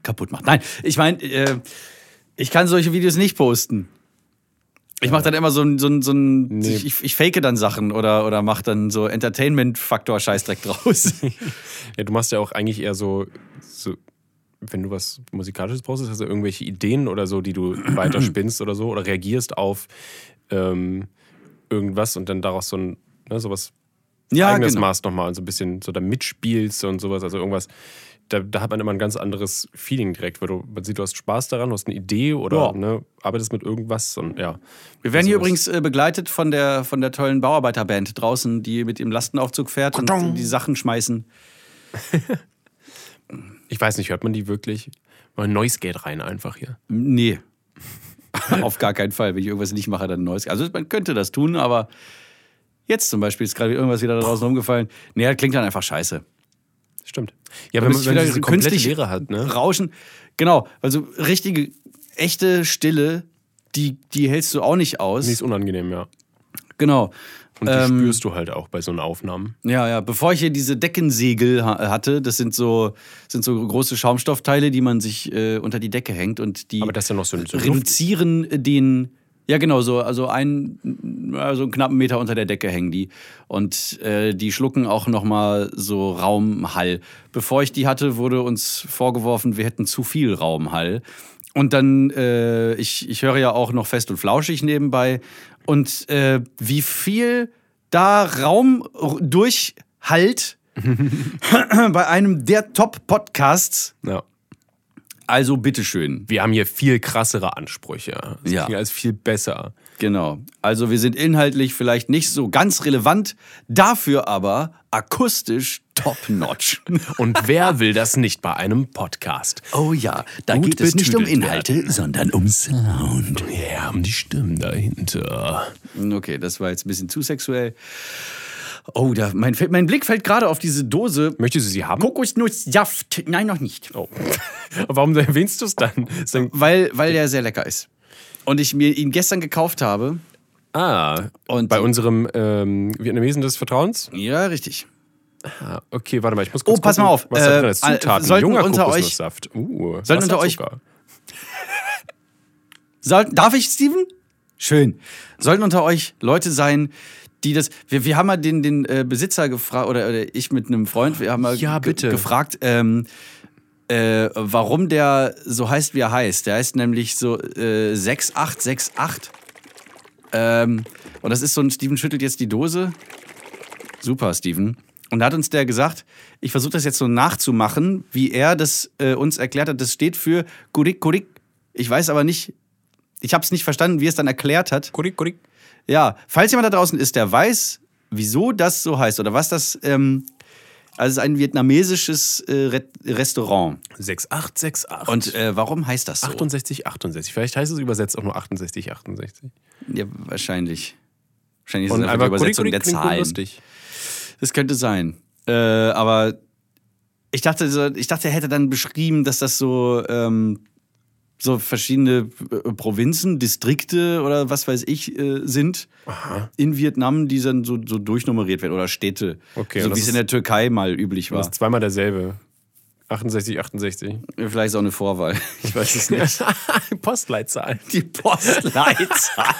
[SPEAKER 3] kaputt macht. Nein, ich meine, äh, ich kann solche Videos nicht posten. Ich mache dann immer so ein, so ein, so ein ich, ich fake dann Sachen oder, oder mache dann so Entertainment-Faktor-Scheißdreck draus.
[SPEAKER 1] <laughs>
[SPEAKER 3] <laughs>
[SPEAKER 1] Ja, du machst ja auch eigentlich eher so, so, wenn du was Musikalisches brauchst, hast du irgendwelche Ideen oder so, die <clears throat> du weiterspinnst oder so oder reagierst auf ähm, irgendwas und dann daraus so ein, ne, sowas
[SPEAKER 3] Ja,
[SPEAKER 1] eigenes
[SPEAKER 3] genau.
[SPEAKER 1] Maß nochmal und so ein bisschen so da mitspielst und sowas. Also irgendwas, da, da hat man immer ein ganz anderes Feeling direkt, weil du, man sieht, du hast Spaß daran, du hast eine Idee oder
[SPEAKER 3] Ja.
[SPEAKER 1] ne, arbeitest mit irgendwas und ja.
[SPEAKER 3] Wir werden hier
[SPEAKER 1] Also
[SPEAKER 3] übrigens äh, begleitet von der, von der tollen Bauarbeiterband draußen, die mit dem Lastenaufzug fährt und die Sachen schmeißen.
[SPEAKER 1] Ich weiß nicht, hört man die wirklich? Mal ein Noise Gate rein einfach hier.
[SPEAKER 3] Nee. <laughs> Auf gar keinen Fall. Wenn ich irgendwas nicht mache, dann neues. Also man könnte das tun, aber jetzt zum Beispiel ist gerade irgendwas wieder da draußen rumgefallen. Nee, das klingt dann einfach scheiße.
[SPEAKER 1] Stimmt. Ja, wenn man,
[SPEAKER 3] Bis
[SPEAKER 1] wenn
[SPEAKER 3] wieder
[SPEAKER 1] man diese komplette
[SPEAKER 3] künstlich
[SPEAKER 1] Leere hat, ne?
[SPEAKER 3] Rauschen. Genau, also richtige, echte Stille, die, die hältst du auch nicht aus.
[SPEAKER 1] Die ist unangenehm, ja.
[SPEAKER 3] Genau.
[SPEAKER 1] Und die
[SPEAKER 3] Ähm,
[SPEAKER 1] spürst du halt auch bei so einer Aufnahmen.
[SPEAKER 3] Ja, ja. Bevor ich hier diese Deckensegel ha hatte, das sind so, sind so große Schaumstoffteile, die man sich äh, unter die Decke hängt und die
[SPEAKER 1] Aber das ist ja noch so ein so Luft-
[SPEAKER 3] reduzieren den. Ja, genau, so, also einen, also einen knappen Meter unter der Decke hängen die. Und äh, die schlucken auch nochmal so Raumhall. Bevor ich die hatte, wurde uns vorgeworfen, wir hätten zu viel Raumhall. Und dann, äh, ich, ich höre ja auch noch fest und flauschig nebenbei. Und äh, wie viel da Raum r- durchhallt bei einem der Top-Podcasts.
[SPEAKER 1] Ja.
[SPEAKER 3] Also bitteschön.
[SPEAKER 1] Wir haben hier viel krassere Ansprüche. Das
[SPEAKER 3] Ja.
[SPEAKER 1] klingt alles viel besser.
[SPEAKER 3] Genau. Also wir sind inhaltlich vielleicht nicht so ganz relevant, dafür aber akustisch top-notch.
[SPEAKER 1] Und wer will das nicht bei einem Podcast?
[SPEAKER 3] <laughs> oh ja, da
[SPEAKER 1] Gut
[SPEAKER 3] geht es nicht um
[SPEAKER 1] betüdelt
[SPEAKER 3] Inhalte, sondern um Sound.
[SPEAKER 1] Ja, haben die Stimmen dahinter.
[SPEAKER 3] Okay, das war jetzt ein bisschen zu sexuell. Oh, da, mein, mein Blick fällt gerade auf diese Dose.
[SPEAKER 1] Möchtest du sie haben?
[SPEAKER 3] Kokosnusssaft. Nein, noch nicht.
[SPEAKER 1] Oh. <laughs> Warum erwähnst du es dann? Ist dann-
[SPEAKER 3] Weil, weil der sehr lecker ist. Und ich mir ihn gestern gekauft habe.
[SPEAKER 1] Ah,
[SPEAKER 3] Und
[SPEAKER 1] bei unserem ähm, Vietnamesen des Vertrauens?
[SPEAKER 3] Ja, richtig.
[SPEAKER 1] Ah, okay, warte mal, ich muss kurz
[SPEAKER 3] Oh, pass
[SPEAKER 1] gucken,
[SPEAKER 3] mal auf.
[SPEAKER 1] Was da
[SPEAKER 3] Äh,
[SPEAKER 1] drin ist.
[SPEAKER 3] äh,
[SPEAKER 1] Zutaten,
[SPEAKER 3] sollten
[SPEAKER 1] junger
[SPEAKER 3] unter euch-
[SPEAKER 1] Kokosnusssaft. Uh,
[SPEAKER 3] sollten unter euch-
[SPEAKER 1] Wasserzucker.
[SPEAKER 3] Sollten, darf ich, Steven? Schön. Sollten unter euch Leute sein, die das. Wir, wir haben mal den, den äh, Besitzer gefragt, oder, oder ich mit einem Freund, wir haben mal
[SPEAKER 1] Ja,
[SPEAKER 3] ge-
[SPEAKER 1] bitte.
[SPEAKER 3] gefragt, ähm, äh, warum der so heißt, wie er heißt. Der heißt nämlich so äh, 6868. Ähm, und das ist so ein. Steven schüttelt jetzt die Dose. Super, Steven. Und da hat uns der gesagt, ich versuche das jetzt so nachzumachen, wie er das äh, uns erklärt hat. Das steht für Kurik Kurik. Ich weiß aber nicht, ich habe es nicht verstanden, wie er es dann erklärt hat.
[SPEAKER 1] Kurik, kurik.
[SPEAKER 3] Ja, falls jemand da draußen ist, der weiß, wieso das so heißt oder was das. Ähm, also es ist ein vietnamesisches äh, Re Restaurant.
[SPEAKER 1] 6868.
[SPEAKER 3] Und äh, warum heißt das so?
[SPEAKER 1] 68, 68. Vielleicht heißt es übersetzt auch nur 68, 68.
[SPEAKER 3] Ja, wahrscheinlich. Wahrscheinlich ist
[SPEAKER 1] Und
[SPEAKER 3] es einfach die
[SPEAKER 1] einmal kurik,
[SPEAKER 3] Übersetzung
[SPEAKER 1] kurik
[SPEAKER 3] der
[SPEAKER 1] klingt nur
[SPEAKER 3] Zahlen.
[SPEAKER 1] lustig.
[SPEAKER 3] Das könnte sein. Äh, aber ich dachte, so- ich dachte, er hätte dann beschrieben, dass das so, ähm, so verschiedene äh, Provinzen, Distrikte oder was weiß ich äh, sind in Vietnam, die dann so, so durchnummeriert werden oder Städte.
[SPEAKER 1] Okay, und
[SPEAKER 3] so
[SPEAKER 1] das
[SPEAKER 3] wie es in
[SPEAKER 1] ist-
[SPEAKER 3] der Türkei mal üblich
[SPEAKER 1] Das
[SPEAKER 3] war.
[SPEAKER 1] ist zweimal derselbe. 68,
[SPEAKER 3] <laughs>
[SPEAKER 1] 68.
[SPEAKER 3] Vielleicht ist auch eine Vorwahl. Ich weiß es nicht.
[SPEAKER 1] <laughs> Postleitzahl.
[SPEAKER 3] Die <laughs> Postleitzahl.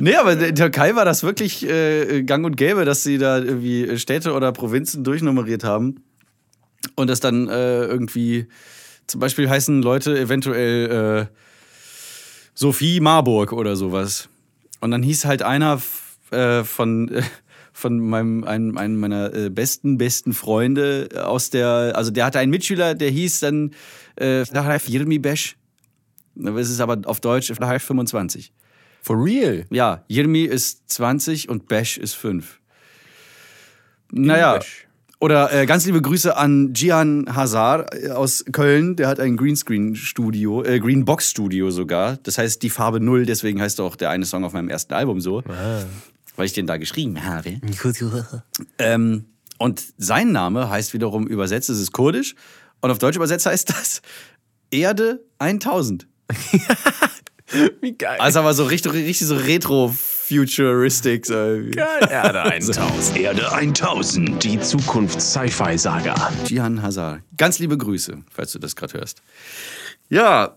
[SPEAKER 3] nee, aber in der Türkei war das wirklich äh, gang und gäbe, dass sie da irgendwie Städte oder Provinzen durchnummeriert haben. Und das dann äh, irgendwie, zum Beispiel heißen Leute eventuell äh, Sophie Marburg oder sowas. Und dann hieß halt einer f- äh, von, <laughs> äh, von meinem, einem, einem meiner äh, besten, besten Freunde aus der, also der hatte einen Mitschüler, der hieß dann äh, Flachreif Yirmi Besch. Es ist aber auf Deutsch Flachreif 25.
[SPEAKER 1] For
[SPEAKER 3] <laughs>
[SPEAKER 1] real?
[SPEAKER 3] Ja, Yirmi ist 20 und Besch ist 5. Naja.
[SPEAKER 1] Besch.
[SPEAKER 3] Oder äh, ganz liebe Grüße an Gian Hazar äh, aus Köln. Der hat ein Greenscreen-Studio, äh, Greenbox-Studio sogar. Das heißt die Farbe Null. Deswegen heißt auch der eine Song auf meinem ersten Album so, weil ich den da geschrieben habe. Ähm, und sein Name heißt wiederum übersetzt, es ist kurdisch. Und auf Deutsch übersetzt heißt das Erde 1000.
[SPEAKER 1] Wie geil.
[SPEAKER 3] Also aber so richtig, richtig so retro-futuristic. So. irgendwie.
[SPEAKER 1] <laughs> Erde 1000.
[SPEAKER 7] Erde 1000, die Zukunfts-Sci-Fi-Saga.
[SPEAKER 3] Gian Hazar. Ganz liebe Grüße, falls du das gerade hörst. Ja,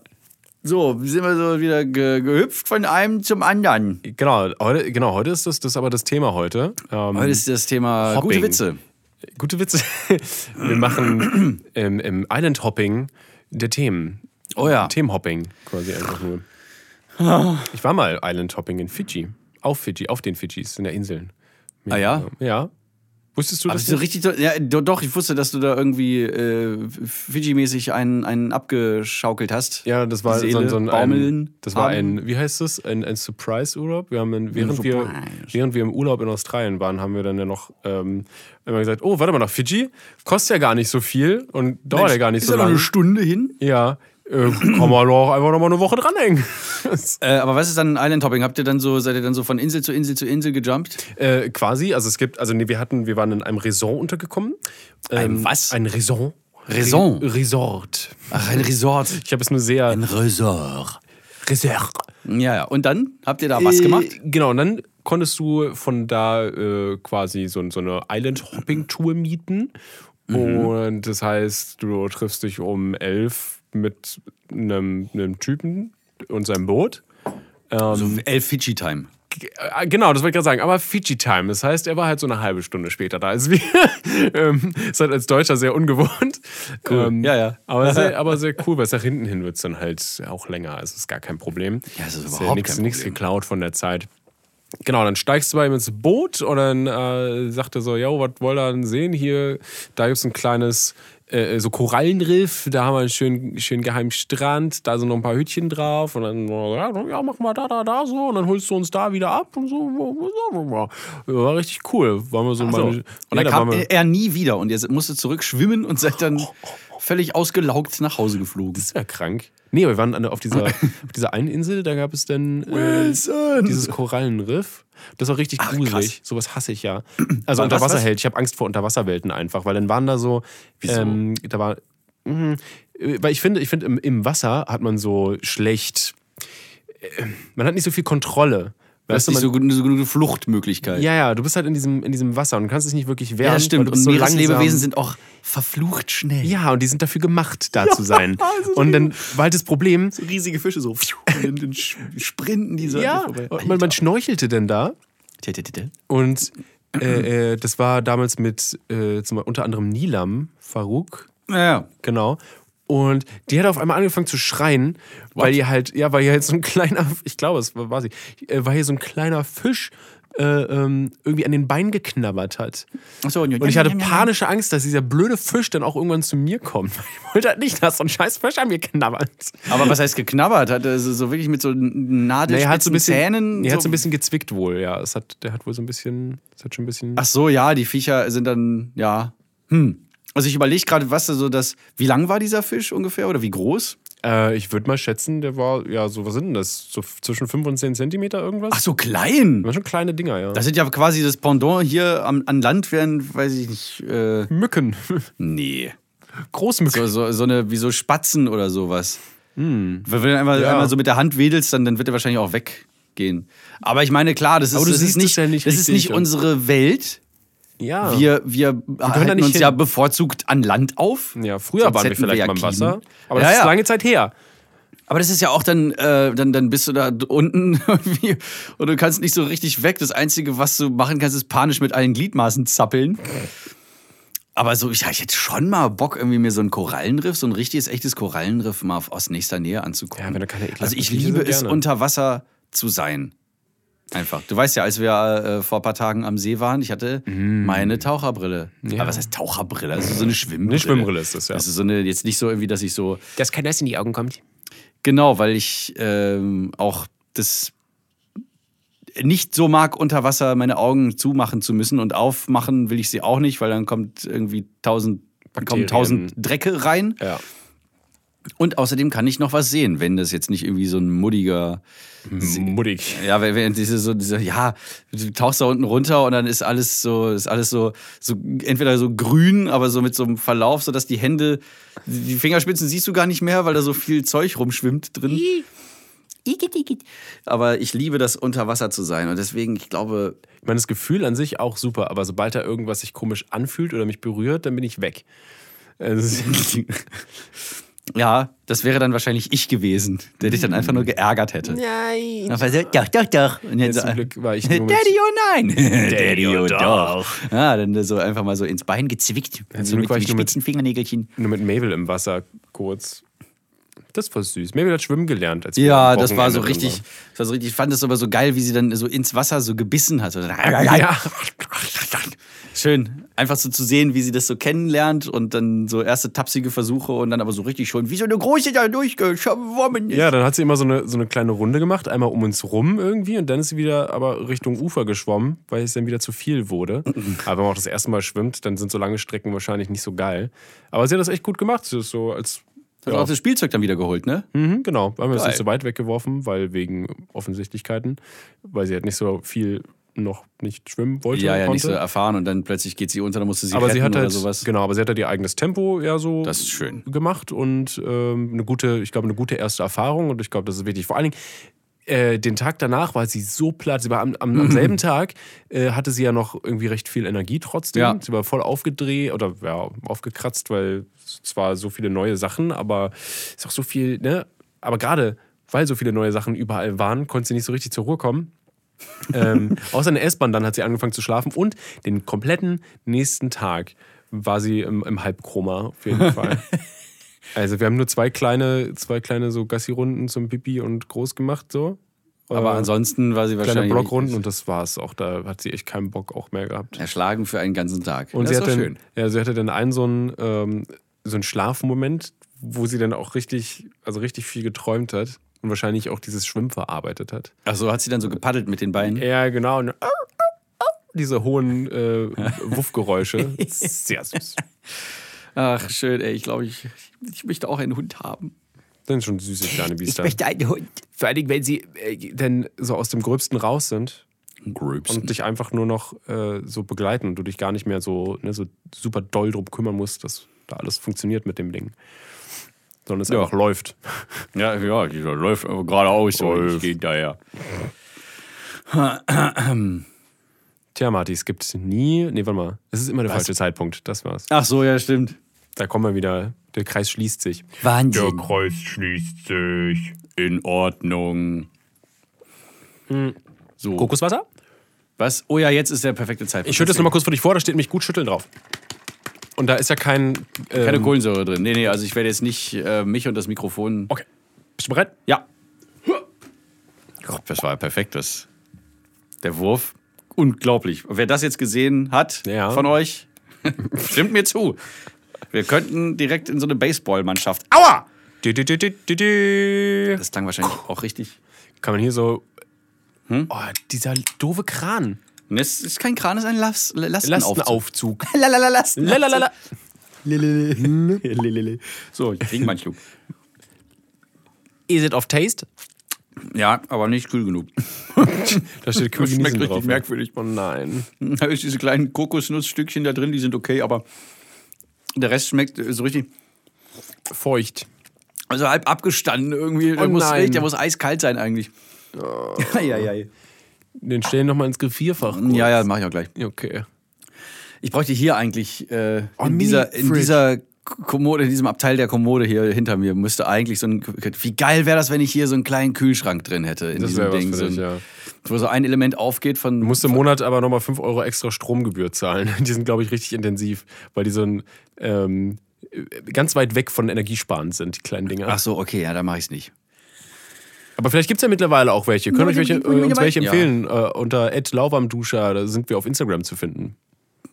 [SPEAKER 3] so, sind wir so wieder ge gehüpft von einem zum anderen.
[SPEAKER 1] Genau, heute, genau, heute ist das, das ist aber das Thema heute. Ähm,
[SPEAKER 3] Heute ist das Thema
[SPEAKER 1] Hopping.
[SPEAKER 3] gute Witze.
[SPEAKER 1] Gute Witze. Wir machen ähm, im Island Hopping der Themen.
[SPEAKER 3] Oh ja.
[SPEAKER 1] Themenhopping quasi einfach nur. Ich war mal Island Hopping in Fidschi. Auf Fidschi, auf den Fidschis, in der Inseln.
[SPEAKER 3] Ah ja?
[SPEAKER 1] Ja. Wusstest du
[SPEAKER 3] Aber
[SPEAKER 1] das?
[SPEAKER 3] so
[SPEAKER 1] nicht?
[SPEAKER 3] richtig, do- ja, do- doch, ich wusste, dass du da irgendwie äh, Fiji-mäßig einen, einen abgeschaukelt hast.
[SPEAKER 1] Ja, das war so, ein- so ein, ein
[SPEAKER 3] Baumeln,
[SPEAKER 1] das war
[SPEAKER 3] haben.
[SPEAKER 1] ein wie heißt das? Ein, ein Surprise Urlaub. Wir haben in, während wir
[SPEAKER 3] Surprise.
[SPEAKER 1] während wir im Urlaub in Australien waren, haben wir dann ja noch ähm, immer gesagt, oh, warte mal nach Fidschi, kostet ja gar nicht so viel und dauert ja gar nicht
[SPEAKER 3] ist
[SPEAKER 1] so
[SPEAKER 3] ja noch
[SPEAKER 1] lange.
[SPEAKER 3] eine Stunde hin.
[SPEAKER 1] Ja, äh, kann man doch einfach nochmal eine Woche dranhängen.
[SPEAKER 3] Äh, aber was ist dann Island Topping? Habt ihr dann so, seid ihr dann so von Insel zu Insel zu Insel gejumpt?
[SPEAKER 1] <laughs> äh, quasi, also es gibt, also nee, wir hatten, wir waren in einem Resort untergekommen. Ähm,
[SPEAKER 3] Ein was?
[SPEAKER 1] Ein Resort.
[SPEAKER 3] Resort?
[SPEAKER 1] Re Resort.
[SPEAKER 3] Ach, ein Resort.
[SPEAKER 1] Ich habe es nur sehr.
[SPEAKER 3] Resort.
[SPEAKER 1] Resort.
[SPEAKER 3] Ja, ja. Und dann habt ihr da was
[SPEAKER 1] Äh,
[SPEAKER 3] gemacht?
[SPEAKER 1] Genau, und dann konntest du von da äh, quasi so, so eine Island-Hopping-Tour mieten.
[SPEAKER 3] Mhm.
[SPEAKER 1] Und das heißt, du triffst dich um elf mit einem, einem Typen und seinem Boot.
[SPEAKER 3] So elf Fidschi-Time.
[SPEAKER 1] G- äh, Genau, das wollte ich gerade sagen. Aber Fiji-Time, das heißt, er war halt so eine halbe Stunde später da als wir. <laughs> ähm, ist halt als Deutscher sehr ungewohnt. Cool. Ähm,
[SPEAKER 3] Ja, ja. <laughs>
[SPEAKER 1] Aber sehr, aber sehr cool, weil es nach hinten hin wird es dann halt auch länger. Also ist gar kein Problem.
[SPEAKER 3] Ja, es ist überhaupt
[SPEAKER 1] nichts,
[SPEAKER 3] kein
[SPEAKER 1] nichts
[SPEAKER 3] Problem.
[SPEAKER 1] geklaut von der Zeit. Genau, dann steigst du bei ihm ins Boot und dann äh, sagt er so, yo, was wollt ihr denn sehen hier? Da gibt es ein kleines äh, so Korallenriff, da haben wir einen schönen, schönen geheimen Strand, da sind noch ein paar Hütchen drauf und dann, ja, ja, mach mal da, da, da so und dann holst du uns da wieder ab und so. War richtig cool. Waren wir so
[SPEAKER 3] So.
[SPEAKER 1] meine,
[SPEAKER 3] Also, Und
[SPEAKER 1] Ja,
[SPEAKER 3] dann
[SPEAKER 1] da
[SPEAKER 3] kam
[SPEAKER 1] waren wir- Oh,
[SPEAKER 3] er nie wieder und ihr musstet zurück schwimmen und seid dann völlig ausgelaugt nach Hause geflogen.
[SPEAKER 1] Das ist ja krank. Nee, aber wir waren an der- auf dieser,
[SPEAKER 3] <laughs>
[SPEAKER 1] auf dieser einen Insel, da gab es dann äh, dieses Korallenriff. Das war richtig gruselig. Sowas hasse ich ja. Also
[SPEAKER 3] War das was?
[SPEAKER 1] Unterwasserwelt. Ich habe Angst vor Unterwasserwelten einfach, weil dann waren da so. Ähm, da war. mh, äh, weil ich finde, ich finde, im, im Wasser hat man so schlecht. äh, Man hat nicht so viel Kontrolle.
[SPEAKER 3] Das ist
[SPEAKER 1] man,
[SPEAKER 3] nicht so, gut- so genug Fluchtmöglichkeit.
[SPEAKER 1] ja, ja, du bist halt in diesem, in diesem Wasser und kannst dich nicht wirklich wehren.
[SPEAKER 3] Ja, das
[SPEAKER 1] weil
[SPEAKER 3] stimmt.
[SPEAKER 1] du
[SPEAKER 3] Und
[SPEAKER 1] bist so langsam.
[SPEAKER 3] Meereslebewesen sind auch verflucht schnell.
[SPEAKER 1] Ja, und die sind dafür gemacht,
[SPEAKER 3] <laughs>
[SPEAKER 1] da zu sein.
[SPEAKER 3] also
[SPEAKER 1] Und dann war halt das Problem,
[SPEAKER 3] Riesige Fische so. Und dann sch- sprinten die so.
[SPEAKER 1] Ja,
[SPEAKER 3] ne, an dir vorbei.
[SPEAKER 1] und man, man schnorchelte denn da
[SPEAKER 3] Tja, tja, tja, tja.
[SPEAKER 1] und
[SPEAKER 3] Mhm.
[SPEAKER 1] äh, äh, das war damals mit äh, zum, unter anderem Nilam Farouk,
[SPEAKER 3] Ja, ja.
[SPEAKER 1] genau. Und die hat auf einmal angefangen zu schreien, weil ihr halt, ja, weil ihr halt so ein kleiner, ich glaube, es war, war sie, äh, weil ihr so ein kleiner Fisch äh, ähm, irgendwie an den Beinen geknabbert hat.
[SPEAKER 3] Ach so,
[SPEAKER 1] Und ich hatte panische Angst, dass dieser blöde Fisch dann auch irgendwann zu mir kommt. <laughs> Ich wollte halt nicht, dass so ein scheiß Fisch an mir knabbert.
[SPEAKER 3] Aber was heißt geknabbert? Hat er so- so wirklich mit so
[SPEAKER 1] Nee, er
[SPEAKER 3] Nadelspitzen
[SPEAKER 1] hat so ein bisschen,
[SPEAKER 3] Zähnen?
[SPEAKER 1] er hat so ein bisschen gezwickt wohl, ja. Es hat, der hat wohl so ein bisschen, es hat schon ein bisschen.
[SPEAKER 3] Ach so, ja, die Viecher sind dann, ja. Hm. Also ich überlege gerade, was da so das. Wie lang war dieser Fisch ungefähr oder wie groß?
[SPEAKER 1] Äh, ich würde mal schätzen, der war, ja, so, was sind denn das? So f- zwischen 5 und 10 Zentimeter irgendwas?
[SPEAKER 3] Ach so, klein.
[SPEAKER 1] waren schon kleine Dinger, ja.
[SPEAKER 3] Das sind ja quasi das Pendant hier am, an Land wären, weiß ich nicht, äh,
[SPEAKER 1] Mücken. <laughs>
[SPEAKER 3] nee.
[SPEAKER 1] Großmücken.
[SPEAKER 3] So, so, so eine, wie so Spatzen oder sowas. Weil Wenn du einmal,
[SPEAKER 1] Hm. Ja.
[SPEAKER 3] einmal so mit der Hand wedelst, dann, dann wird er wahrscheinlich auch weggehen. Aber ich meine, klar, das ist,
[SPEAKER 1] Aber du
[SPEAKER 3] das
[SPEAKER 1] siehst
[SPEAKER 3] ist
[SPEAKER 1] es
[SPEAKER 3] nicht,
[SPEAKER 1] ja nicht
[SPEAKER 3] das ist
[SPEAKER 1] richtig
[SPEAKER 3] nicht
[SPEAKER 1] und-
[SPEAKER 3] unsere Welt.
[SPEAKER 1] ja.
[SPEAKER 3] Wir, wir halten
[SPEAKER 1] nicht
[SPEAKER 3] uns
[SPEAKER 1] hin.
[SPEAKER 3] ja bevorzugt an Land auf.
[SPEAKER 1] ja, früher
[SPEAKER 3] Sonst
[SPEAKER 1] waren wir
[SPEAKER 3] hätten
[SPEAKER 1] vielleicht
[SPEAKER 3] ja
[SPEAKER 1] mal im
[SPEAKER 3] Kieben.
[SPEAKER 1] Wasser. Aber
[SPEAKER 3] ja,
[SPEAKER 1] das
[SPEAKER 3] ja.
[SPEAKER 1] ist lange Zeit her.
[SPEAKER 3] Aber das ist ja auch dann, äh, dann, dann bist du da d- unten <laughs> irgendwie und du kannst nicht so richtig weg. Das Einzige, was du machen kannst, ist panisch mit allen Gliedmaßen zappeln. Aber so, ja, ich hätte schon mal Bock, irgendwie mir so ein Korallenriff, so ein richtiges, echtes Korallenriff mal auf- aus nächster Nähe anzugucken.
[SPEAKER 1] Ja, wenn da keine ekelhaften
[SPEAKER 3] also ich
[SPEAKER 1] Viecher
[SPEAKER 3] liebe
[SPEAKER 1] sind,
[SPEAKER 3] es,
[SPEAKER 1] gerne.
[SPEAKER 3] unter Wasser zu sein. Einfach. Du weißt ja, als wir äh, vor ein paar Tagen am See waren, ich hatte meine Taucherbrille. Aber was heißt Taucherbrille? Also so eine Schwimmbrille.
[SPEAKER 1] Mhm. Eine Schwimmbrille ist das, ja.
[SPEAKER 3] Das ist so eine, jetzt nicht so irgendwie, dass ich so
[SPEAKER 1] Dass kein Eis in die Augen kommt.
[SPEAKER 3] Genau, weil ich ähm, auch das nicht so mag, unter Wasser meine Augen zumachen zu müssen und aufmachen will ich sie auch nicht, weil dann kommt irgendwie tausend, kommen
[SPEAKER 1] Bakterien.
[SPEAKER 3] tausend Drecke rein.
[SPEAKER 1] Ja.
[SPEAKER 3] Und außerdem kann ich noch was sehen, wenn das jetzt nicht irgendwie so ein muddiger,
[SPEAKER 1] Muddig.
[SPEAKER 3] ja, wenn, wenn diese so, diese, ja, du tauchst da unten runter und dann ist alles so, ist alles so, so entweder so grün, aber so mit so einem Verlauf, so dass die Hände, die Fingerspitzen siehst du gar nicht mehr, weil da so viel Zeug rumschwimmt drin. Aber ich liebe das unter Wasser zu sein und deswegen, ich glaube,
[SPEAKER 1] Ich meine, das Gefühl an sich auch super, aber sobald da irgendwas sich komisch anfühlt oder mich berührt, dann bin ich weg. Also, <laughs>
[SPEAKER 3] ja, das wäre dann wahrscheinlich ich gewesen, der dich dann einfach nur geärgert hätte.
[SPEAKER 6] Nein.
[SPEAKER 3] Aber so, doch, doch, doch. Und jetzt,
[SPEAKER 1] zum
[SPEAKER 3] so,
[SPEAKER 1] Glück war ich in
[SPEAKER 3] <laughs> Daddy,
[SPEAKER 1] dem Moment-
[SPEAKER 3] oh nein. <laughs> Daddy, oh doch. Ja, dann so einfach mal so ins Bein gezwickt.
[SPEAKER 1] zum
[SPEAKER 3] so
[SPEAKER 1] Glück
[SPEAKER 3] mit
[SPEAKER 1] war
[SPEAKER 3] den
[SPEAKER 1] ich nur mit-
[SPEAKER 3] spitzen Fingernägelchen.
[SPEAKER 1] nur mit Mabel im Wasser kurz. Das war süß. Mir wieder schwimmen gelernt. Als wir
[SPEAKER 3] Ja,
[SPEAKER 1] am
[SPEAKER 3] das war so
[SPEAKER 1] Wochenende drin
[SPEAKER 3] richtig,
[SPEAKER 1] waren.
[SPEAKER 3] das war so richtig, ich fand das aber so geil, wie sie dann so ins Wasser so <laughs> gebissen hat. Und dann-
[SPEAKER 1] ja.
[SPEAKER 3] Schön, einfach so zu sehen, wie sie das so kennenlernt und dann so erste tapsige Versuche und dann aber so richtig schon, wie so eine große da durchgeschwommen ist.
[SPEAKER 1] Ja, dann hat sie immer so eine, so eine kleine Runde gemacht, einmal um uns rum irgendwie und dann ist sie wieder aber Richtung Ufer geschwommen, weil es dann wieder zu viel wurde. Aber wenn man auch das erste Mal schwimmt, dann sind so lange Strecken wahrscheinlich nicht so geil. Aber sie hat das echt gut gemacht. Sie ist so als.
[SPEAKER 3] Hat auch das Spielzeug dann wieder geholt, ne?
[SPEAKER 1] Mhm, genau. Haben wir es
[SPEAKER 3] Geil.
[SPEAKER 1] nicht so weit weggeworfen, weil wegen Offensichtlichkeiten, weil sie halt nicht so viel noch nicht schwimmen wollte.
[SPEAKER 3] Ja, ja,
[SPEAKER 1] konnte.
[SPEAKER 3] nicht so erfahren und dann plötzlich geht sie unter, dann musste sie
[SPEAKER 1] aber
[SPEAKER 3] retten
[SPEAKER 1] sie hat
[SPEAKER 3] oder
[SPEAKER 1] halt,
[SPEAKER 3] sowas.
[SPEAKER 1] genau, aber sie hat halt ihr eigenes Tempo ja so
[SPEAKER 3] Das ist schön.
[SPEAKER 1] gemacht und ähm, eine gute, ich glaube, eine gute erste Erfahrung und ich glaube, das ist wichtig. Vor allen Dingen, äh, den Tag danach war sie so platt. Sie war am, am, am selben Tag äh, hatte sie ja noch irgendwie recht viel Energie trotzdem.
[SPEAKER 3] Ja.
[SPEAKER 1] Sie war voll aufgedreht oder ja, aufgekratzt, weil es zwar so viele neue Sachen, aber es ist auch so viel, ne? Aber gerade weil so viele neue Sachen überall waren, konnte sie nicht so richtig zur Ruhe kommen. ähm, außer in der S-Bahn, dann hat sie angefangen zu schlafen und den kompletten nächsten Tag war sie im, im Halbkoma auf jeden Fall. also wir haben nur zwei kleine, zwei kleine so Gassi-Runden zum Pipi und groß gemacht so.
[SPEAKER 3] Aber
[SPEAKER 1] Äh,
[SPEAKER 3] ansonsten war sie
[SPEAKER 1] kleine
[SPEAKER 3] wahrscheinlich
[SPEAKER 1] Blockrunden und das war's auch. Da hat sie echt keinen Bock auch mehr gehabt.
[SPEAKER 3] erschlagen für einen ganzen Tag.
[SPEAKER 1] Und
[SPEAKER 3] das
[SPEAKER 1] sie
[SPEAKER 3] ist
[SPEAKER 1] hatte,
[SPEAKER 3] doch
[SPEAKER 1] dann, ja, sie hatte dann einen so einen, ähm, so einen Schlafmoment, wo sie dann auch richtig, also richtig viel geträumt hat und wahrscheinlich auch dieses Schwimmen verarbeitet hat.
[SPEAKER 3] Ach so, Also hat sie dann so gepaddelt mit den Beinen?
[SPEAKER 1] Ja, genau. Und diese hohen <laughs> äh, Wuffgeräusche. Sehr süß.
[SPEAKER 3] Ach, schön, ey. Ich glaube, ich, ich möchte auch einen Hund haben.
[SPEAKER 1] Das sind schon süße kleine Biester.
[SPEAKER 3] einen Hund.
[SPEAKER 1] Vor allen Dingen, wenn sie äh, denn so aus dem Gröbsten raus sind
[SPEAKER 3] Gröbsten.
[SPEAKER 1] und dich einfach nur noch äh, so begleiten und du dich gar nicht mehr so, ne, so super doll drum kümmern musst, dass da alles funktioniert mit dem Ding. Sondern es einfach läuft.
[SPEAKER 3] Ja, ja, die läuft geradeaus und ich gehe hinterher.
[SPEAKER 1] Tja, Marti, es gibt nie. Nee, warte mal. Es ist immer der falsche Zeitpunkt. Das war's.
[SPEAKER 3] Ach so, ja, stimmt.
[SPEAKER 1] Da kommen wir wieder. Der Kreis schließt sich.
[SPEAKER 3] Wahnsinn. Kreuz schließt sich. In Ordnung. So.
[SPEAKER 1] Kokoswasser?
[SPEAKER 3] Hm. Was? Oh ja, jetzt ist der perfekte Zeitpunkt.
[SPEAKER 1] Ich schütte es nochmal kurz vor dich vor, da steht nämlich gut schütteln drauf. Und da ist ja kein. Ähm,
[SPEAKER 3] Keine Kohlensäure drin. Nee, nee, also ich werde jetzt nicht äh, mich und das Mikrofon.
[SPEAKER 1] Okay. Bist du bereit?
[SPEAKER 3] Ja. Gott, das war ja perfekt. Das. Der Wurf. Unglaublich. Wer das jetzt gesehen hat
[SPEAKER 1] Ja.
[SPEAKER 3] von euch, <laughs> stimmt mir zu. Wir könnten direkt in so eine Baseballmannschaft. Aua!
[SPEAKER 1] Du, du, du, du, du, du.
[SPEAKER 3] Das klang wahrscheinlich auch richtig.
[SPEAKER 1] Kann man hier so. Oh, dieser doofe Kran.
[SPEAKER 3] Und es ist kein Kran, es ist ein Las <laughs> Lastenaufzug.
[SPEAKER 1] Lastenaufzug.
[SPEAKER 3] Lalalala, Lastenaufzug.
[SPEAKER 1] Lalalala.
[SPEAKER 3] So, ich trinke mal einen Schluck.
[SPEAKER 1] Is it of taste?
[SPEAKER 3] Ja, aber nicht kühl <laughs> genug.
[SPEAKER 1] Da steht Kühl
[SPEAKER 3] Das schmeckt
[SPEAKER 1] genießen
[SPEAKER 3] richtig
[SPEAKER 1] drauf.
[SPEAKER 3] merkwürdig.
[SPEAKER 1] Oh nein.
[SPEAKER 3] Da ist diese kleinen Kokosnussstückchen da drin, die sind okay, aber der Rest schmeckt äh, so richtig,
[SPEAKER 1] Feucht.
[SPEAKER 3] also halb abgestanden irgendwie. Der,
[SPEAKER 1] Oh
[SPEAKER 3] muss,
[SPEAKER 1] nein. Oh.
[SPEAKER 3] echt, der muss eiskalt sein eigentlich. <laughs> ja, ja, ja.
[SPEAKER 1] Den stellen nochmal ins Gefrierfach.
[SPEAKER 3] Ja, ja, mach ich auch gleich.
[SPEAKER 1] Okay.
[SPEAKER 3] Ich bräuchte hier eigentlich äh, in,
[SPEAKER 1] Mini-Fridge.
[SPEAKER 3] dieser, in dieser Kommode, in diesem Abteil der Kommode hier hinter mir, müsste eigentlich so ein. Wie geil wäre das, wenn ich hier so einen kleinen Kühlschrank drin hätte in
[SPEAKER 1] Das
[SPEAKER 3] diesem
[SPEAKER 1] wäre was
[SPEAKER 3] Ding.
[SPEAKER 1] für
[SPEAKER 3] so
[SPEAKER 1] dich,
[SPEAKER 3] ein,
[SPEAKER 1] ja.
[SPEAKER 3] Wo so ein Element aufgeht von.
[SPEAKER 1] Du musst im Monat aber nochmal 5 Euro extra Stromgebühr zahlen. Die sind, glaube ich, richtig intensiv, weil die so ein. Ähm, ganz weit weg von energiesparend sind, die kleinen Dinger.
[SPEAKER 3] Ach so, okay, ja, dann mache ich es nicht.
[SPEAKER 1] Aber vielleicht gibt es ja mittlerweile auch welche. Können euch welche, äh, uns welche
[SPEAKER 3] Ja.
[SPEAKER 1] empfehlen? Äh, unter @lauwarmduscher, da sind wir auf Instagram zu finden.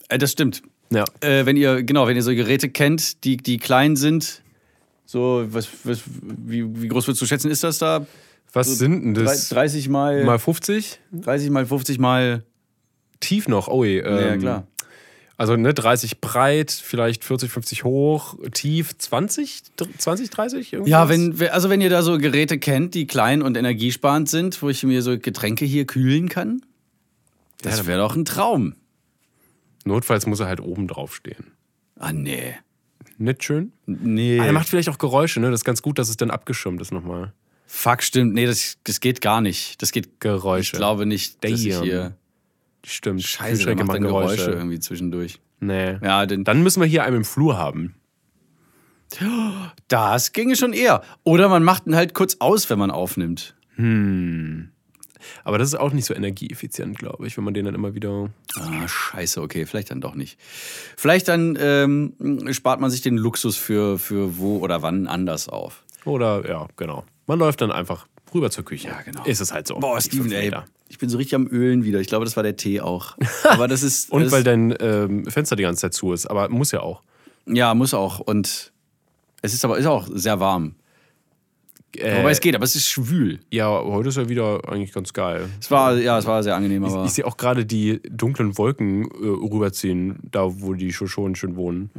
[SPEAKER 3] Äh, das stimmt.
[SPEAKER 1] Ja.
[SPEAKER 3] Äh, wenn ihr, genau, wenn ihr so Geräte kennt, die, die klein sind, so, was, was, wie, wie groß würdest du schätzen, ist das da?
[SPEAKER 1] Was sind denn das?
[SPEAKER 3] 30 mal,
[SPEAKER 1] mal 50?
[SPEAKER 3] 30 mal 50 mal.
[SPEAKER 1] Tief noch, oh je. Ähm,
[SPEAKER 3] ja, klar.
[SPEAKER 1] Also ne, 30 breit, vielleicht 40, 50 hoch, tief 20, Dr- 20, 30? Irgendwas?
[SPEAKER 3] Ja, wenn, we- also wenn ihr da so Geräte kennt, die klein und energiesparend sind, wo ich mir so Getränke hier kühlen kann, das wäre doch ein Traum.
[SPEAKER 1] Notfalls muss er halt oben drauf stehen.
[SPEAKER 3] Ah, nee.
[SPEAKER 1] Nicht schön?
[SPEAKER 3] Nee.
[SPEAKER 1] Ah, er macht vielleicht auch Geräusche, ne? Das ist ganz gut, dass es dann abgeschirmt ist nochmal.
[SPEAKER 3] Fuck, stimmt. Nee, das, das geht gar nicht. Das geht. Ich
[SPEAKER 1] Geräusche.
[SPEAKER 3] glaube nicht, dass ich
[SPEAKER 1] Damn.
[SPEAKER 3] hier.
[SPEAKER 1] Stimmt.
[SPEAKER 3] Scheiße, der
[SPEAKER 1] Kühlschränke
[SPEAKER 3] macht dann
[SPEAKER 1] machen
[SPEAKER 3] Geräusche. irgendwie zwischendurch.
[SPEAKER 1] Nee.
[SPEAKER 3] Ja, denn
[SPEAKER 1] Dann müssen wir hier einen im Flur haben.
[SPEAKER 3] das ginge schon eher. Oder man macht ihn halt kurz aus, wenn man aufnimmt.
[SPEAKER 1] Aber das ist auch nicht so energieeffizient, glaube ich, wenn man den dann immer wieder.
[SPEAKER 3] Ah, scheiße, okay, vielleicht dann doch nicht. Vielleicht dann ähm, spart man sich den Luxus für, für wo oder wann anders auf.
[SPEAKER 1] Oder ja, genau. Man läuft dann einfach rüber zur Küche. Ja,
[SPEAKER 3] genau.
[SPEAKER 1] Ist es halt so.
[SPEAKER 3] Boah,
[SPEAKER 1] Die
[SPEAKER 3] Steven,
[SPEAKER 1] fünf
[SPEAKER 3] ey.
[SPEAKER 1] Meter.
[SPEAKER 3] Ich bin so richtig am Ölen wieder. Ich glaube, das war der Tee <laughs> auch. Aber das ist.
[SPEAKER 1] Und
[SPEAKER 3] das,
[SPEAKER 1] weil dein ähm, Fenster die ganze Zeit zu ist, aber muss ja auch.
[SPEAKER 3] Ja, muss auch. Und es ist aber ist auch sehr warm.
[SPEAKER 1] Äh,
[SPEAKER 3] Wobei es geht, aber es ist schwül.
[SPEAKER 1] Ja, aber heute ist ja wieder eigentlich ganz geil.
[SPEAKER 3] Es war, ja, es war sehr angenehm,
[SPEAKER 1] Ich,
[SPEAKER 3] aber.
[SPEAKER 1] ich sehe auch gerade die dunklen Wolken äh, rüberziehen, da wo die Shoshonen schön wohnen.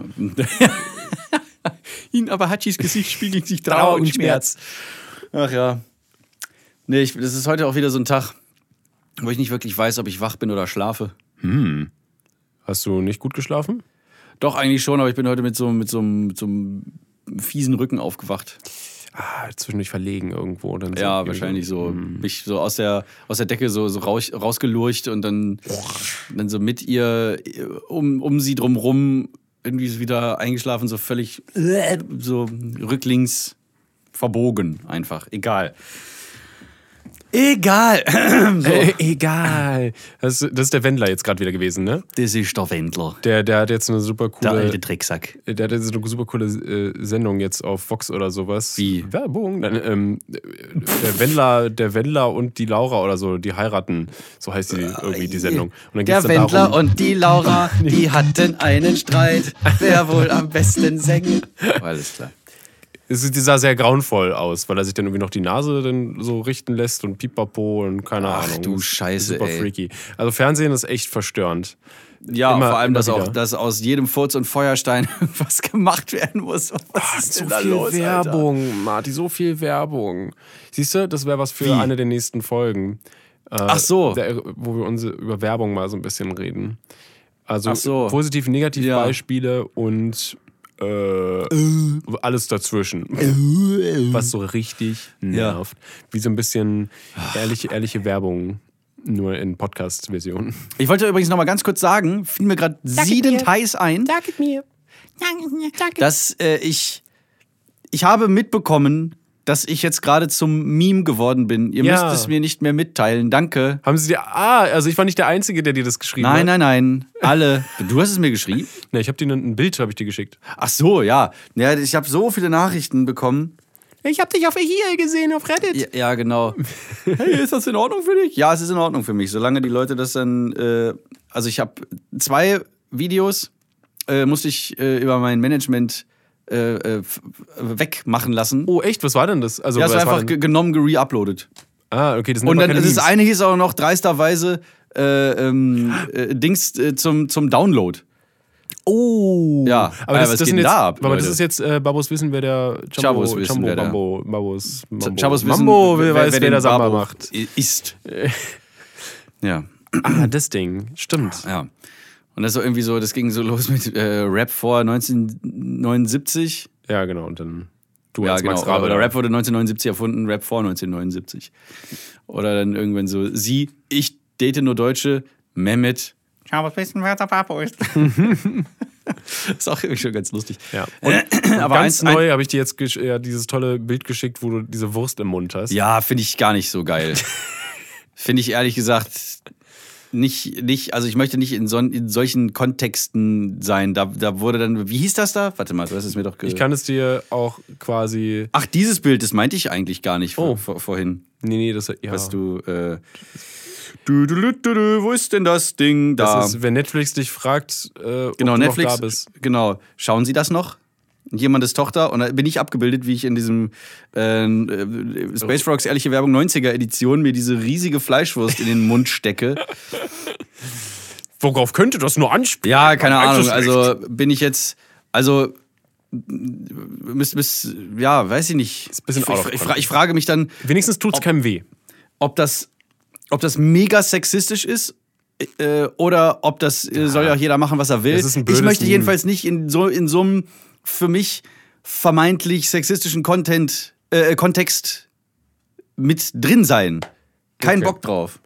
[SPEAKER 3] Ihn aber Hachis Gesicht spiegelt <laughs> sich
[SPEAKER 1] Trauer und Schmerz.
[SPEAKER 3] Ach ja. Nee, ich, das ist heute auch wieder so ein Tag, wo ich nicht wirklich weiß, ob ich wach bin oder schlafe.
[SPEAKER 1] Hast du nicht gut geschlafen?
[SPEAKER 3] Doch, eigentlich schon, aber ich bin heute mit so, mit so, einem- mit so einem fiesen Rücken aufgewacht.
[SPEAKER 1] Ah, zwischendurch verlegen irgendwo. Dann
[SPEAKER 3] Ja, wahrscheinlich so. Mich so aus der, aus der Decke so, so rauch, rausgelurcht und dann, dann so mit ihr äh, um, um sie drumrum irgendwie so wieder eingeschlafen, so völlig äh, so rücklings verbogen einfach. Egal. Egal. <clears throat>
[SPEAKER 1] Äh, egal. Das, ist- das ist der Wendler jetzt gerade wieder gewesen, ne?
[SPEAKER 3] Das ist der Wendler,
[SPEAKER 1] Der, der hat jetzt eine super
[SPEAKER 3] der
[SPEAKER 1] coole.
[SPEAKER 3] alte Drecksack.
[SPEAKER 1] Der hat jetzt eine super coole äh, Sendung jetzt auf Vox oder sowas.
[SPEAKER 3] Wie?
[SPEAKER 1] Werbung. Dann, ähm, äh, der, Wendler, der Wendler und die Laura oder so, die heiraten. So heißt die, irgendwie die Sendung. Und dann geht's
[SPEAKER 3] Äh, Der
[SPEAKER 1] dann
[SPEAKER 3] Wendler
[SPEAKER 1] darum,
[SPEAKER 3] und
[SPEAKER 1] <laughs>
[SPEAKER 3] die Laura, die hatten einen Streit. Wer wohl am besten sängen? Alles klar.
[SPEAKER 1] Es die sah sehr grauenvoll aus, weil er sich dann irgendwie noch die Nase dann so richten lässt und pipapo und keine
[SPEAKER 3] Ach,
[SPEAKER 1] Ahnung.
[SPEAKER 3] du Scheiße,
[SPEAKER 1] Super
[SPEAKER 3] ey.
[SPEAKER 1] freaky. Also Fernsehen ist echt verstörend.
[SPEAKER 3] Ja,
[SPEAKER 1] Immer-
[SPEAKER 3] vor allem,
[SPEAKER 1] immer
[SPEAKER 3] dass auch
[SPEAKER 1] wieder.
[SPEAKER 3] dass aus jedem Furz und Feuerstein <laughs> was gemacht werden muss. Was ist denn da los, Alter?
[SPEAKER 1] Ah, Werbung, Marti, so viel Werbung. Siehst du, das wäre was für
[SPEAKER 3] Wie?
[SPEAKER 1] eine der nächsten Folgen.
[SPEAKER 3] Ach so.
[SPEAKER 1] Äh, Der, wo wir unsere, über Werbung mal so ein bisschen reden. Also
[SPEAKER 3] Ach so.
[SPEAKER 1] positiv, negativ
[SPEAKER 3] Ja.
[SPEAKER 1] Beispiele und äh, alles
[SPEAKER 3] <laughs>
[SPEAKER 1] dazwischen. was so richtig nervt. Wie so ein bisschen ehrliche, ehrliche Werbung, nur in Podcast-Version.
[SPEAKER 3] Ich wollte übrigens noch mal ganz kurz sagen, fiel mir gerade siedend heiß ein,
[SPEAKER 6] Danke mir. Danke.
[SPEAKER 3] dass äh, ich ich habe mitbekommen, dass ich jetzt gerade zum Meme geworden bin. Ihr
[SPEAKER 1] Ja.
[SPEAKER 3] müsst es mir nicht mehr mitteilen. Danke.
[SPEAKER 1] Haben sie dir. Ah, also ich war nicht der Einzige, der dir das geschrieben hat.
[SPEAKER 3] Nein, nein, nein. Alle. Du hast es mir geschrieben?
[SPEAKER 1] Nee, ich habe dir ein Bild hab ich dir geschickt.
[SPEAKER 3] Ach so, ja. ja ich habe so viele Nachrichten bekommen.
[SPEAKER 6] Ich hab dich auf hier gesehen, auf Reddit.
[SPEAKER 3] Ja, ja, genau. Hey, ist das in Ordnung für dich? Ja, es ist in Ordnung für mich, solange die Leute das dann. Äh, also ich habe zwei Videos äh, musste ich äh, über mein Management äh, äh, f- wegmachen lassen.
[SPEAKER 1] Oh, echt? Was war denn das? Also,
[SPEAKER 3] ja, es
[SPEAKER 1] was
[SPEAKER 3] war
[SPEAKER 1] war
[SPEAKER 3] einfach ge
[SPEAKER 1] denn-
[SPEAKER 3] genommen, gereuploadet.
[SPEAKER 1] Ah, okay, das sind
[SPEAKER 3] Und
[SPEAKER 1] aber
[SPEAKER 3] dann
[SPEAKER 1] keine
[SPEAKER 3] das
[SPEAKER 1] Memes.
[SPEAKER 3] eine hieß auch noch dreisterweise äh, ähm, äh, Dings äh, zum, zum Download.
[SPEAKER 1] Oh.
[SPEAKER 3] Ja,
[SPEAKER 1] aber
[SPEAKER 3] äh,
[SPEAKER 1] das, das,
[SPEAKER 3] was geht
[SPEAKER 1] sind
[SPEAKER 3] denn
[SPEAKER 1] jetzt,
[SPEAKER 3] da ab,
[SPEAKER 1] aber das
[SPEAKER 3] Leute?
[SPEAKER 1] ist jetzt äh, Babos wissen, wer der Jumbo,
[SPEAKER 3] Chabos wissen,
[SPEAKER 1] Jumbo
[SPEAKER 3] wer der-
[SPEAKER 1] Mambo, Babos, Mambo,
[SPEAKER 3] Chabos wissen,
[SPEAKER 1] Mambo wer, weiß, wer,
[SPEAKER 3] den
[SPEAKER 1] der Samba
[SPEAKER 3] Babo <clears throat>
[SPEAKER 1] macht.
[SPEAKER 3] i-
[SPEAKER 1] <laughs>
[SPEAKER 3] Ist. ja.
[SPEAKER 1] Ah, das Ding. Stimmt.
[SPEAKER 3] Ja. Und das war irgendwie so, das ging so <laughs> los mit äh, Rap vor 1979.
[SPEAKER 1] Ja, genau. Und dann du
[SPEAKER 3] Ja,
[SPEAKER 1] als
[SPEAKER 3] genau.
[SPEAKER 1] Max Rabe.
[SPEAKER 3] Oder Rap wurde 1979 erfunden, Rap vor 1979. Oder dann irgendwann so, sie, ich date nur Deutsche, Mehmet.
[SPEAKER 5] Schau, was wissen, wer der
[SPEAKER 3] <laughs>
[SPEAKER 5] Papa ist.
[SPEAKER 3] Ist auch irgendwie schon ganz lustig.
[SPEAKER 1] Ja. Und
[SPEAKER 3] <clears throat> Aber
[SPEAKER 1] ganz
[SPEAKER 3] eins, ein,
[SPEAKER 1] neu habe ich dir jetzt gesch- ja, dieses tolle Bild geschickt, wo du diese Wurst im Mund hast.
[SPEAKER 3] ja, finde ich gar nicht so
[SPEAKER 1] <laughs>
[SPEAKER 3] geil. finde ich ehrlich gesagt nicht, nicht, also ich möchte nicht in, son, in solchen Kontexten sein. Da, da wurde dann, wie hieß das da? Warte mal, du hast es mir doch ge
[SPEAKER 1] Ich kann es dir auch quasi.
[SPEAKER 3] Ach, dieses Bild, das meinte ich eigentlich gar nicht vor,
[SPEAKER 1] Oh.
[SPEAKER 3] vor, vorhin.
[SPEAKER 1] Nee, nee, das ja.
[SPEAKER 3] Dass du, äh, du, du, du, du, du, wo ist denn das Ding da?
[SPEAKER 1] Das ist, wenn Netflix dich fragt, äh, ob
[SPEAKER 3] ähm, genau,
[SPEAKER 1] du
[SPEAKER 3] Netflix.
[SPEAKER 1] noch da bist.
[SPEAKER 3] Genau. Schauen Sie das noch? Jemandes Tochter und da bin ich abgebildet, wie ich in diesem äh, äh, Space Frogs ehrliche Werbung 90er Edition mir diese riesige Fleischwurst in den Mund stecke.
[SPEAKER 1] Worauf könnte das nur anspielen?
[SPEAKER 3] <laughs> Ja, keine
[SPEAKER 1] Man weiß
[SPEAKER 3] Ahnung.
[SPEAKER 1] es
[SPEAKER 3] Also bin ich jetzt, also bis, bis, ja, weiß ich nicht.
[SPEAKER 1] ein bisschen
[SPEAKER 3] ich,
[SPEAKER 1] out of
[SPEAKER 3] ich, ich, fra- ich frage mich dann,
[SPEAKER 1] Wenigstens tut es keinem weh.
[SPEAKER 3] ob das, ob das mega sexistisch ist äh, oder ob das äh, soll ja auch jeder machen, was er will.
[SPEAKER 1] Das ist ein
[SPEAKER 3] ich
[SPEAKER 1] blödes
[SPEAKER 3] möchte
[SPEAKER 1] Meme.
[SPEAKER 3] jedenfalls nicht in so in so einem für mich vermeintlich sexistischen Content äh, Kontext mit drin sein. Kein
[SPEAKER 1] Okay.
[SPEAKER 3] Bock drauf.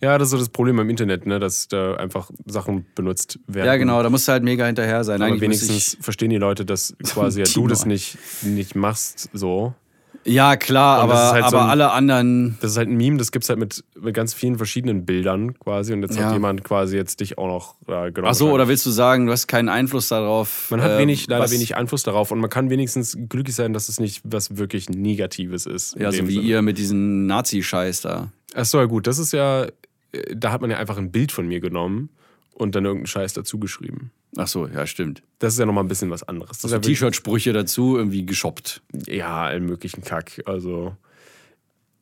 [SPEAKER 1] Ja, das ist so das Problem im Internet, ne? dass da einfach Sachen benutzt werden.
[SPEAKER 3] Ja, genau, da musst du halt mega hinterher sein.
[SPEAKER 1] Aber
[SPEAKER 3] Eigentlich müsste <laughs>
[SPEAKER 1] wenigstens verstehen die Leute, dass quasi ja, du
[SPEAKER 3] Tino.
[SPEAKER 1] das nicht, nicht machst so.
[SPEAKER 3] ich, Ja, klar,
[SPEAKER 1] Und das
[SPEAKER 3] aber,
[SPEAKER 1] ist halt
[SPEAKER 3] aber
[SPEAKER 1] so ein-
[SPEAKER 3] alle anderen.
[SPEAKER 1] Das ist halt ein Meme, das gibt's halt mit, mit ganz vielen verschiedenen Bildern quasi. Und jetzt
[SPEAKER 3] Ja.
[SPEAKER 1] hat jemand quasi jetzt dich auch noch äh, genommen.
[SPEAKER 3] Ach so, oder willst du sagen, du hast keinen Einfluss darauf?
[SPEAKER 1] Man hat
[SPEAKER 3] äh,
[SPEAKER 1] wenig, leider
[SPEAKER 3] was-
[SPEAKER 1] wenig Einfluss darauf und man kann wenigstens glücklich sein, dass es nicht was wirklich Negatives ist. in
[SPEAKER 3] Ja, so
[SPEAKER 1] dem
[SPEAKER 3] wie
[SPEAKER 1] Sinne.
[SPEAKER 3] ihr mit diesem Nazi-Scheiß da.
[SPEAKER 1] Ach so, ja gut, das ist ja, äh, da hat man ja einfach ein Bild von mir genommen und dann irgendeinen Scheiß dazu geschrieben.
[SPEAKER 3] Ach so, ja, stimmt.
[SPEAKER 1] Das ist ja nochmal ein bisschen was anderes. Das
[SPEAKER 3] So
[SPEAKER 1] ist ja
[SPEAKER 3] T-Shirt-Sprüche dazu, irgendwie geshoppt.
[SPEAKER 1] ja, allen möglichen Kack. Also,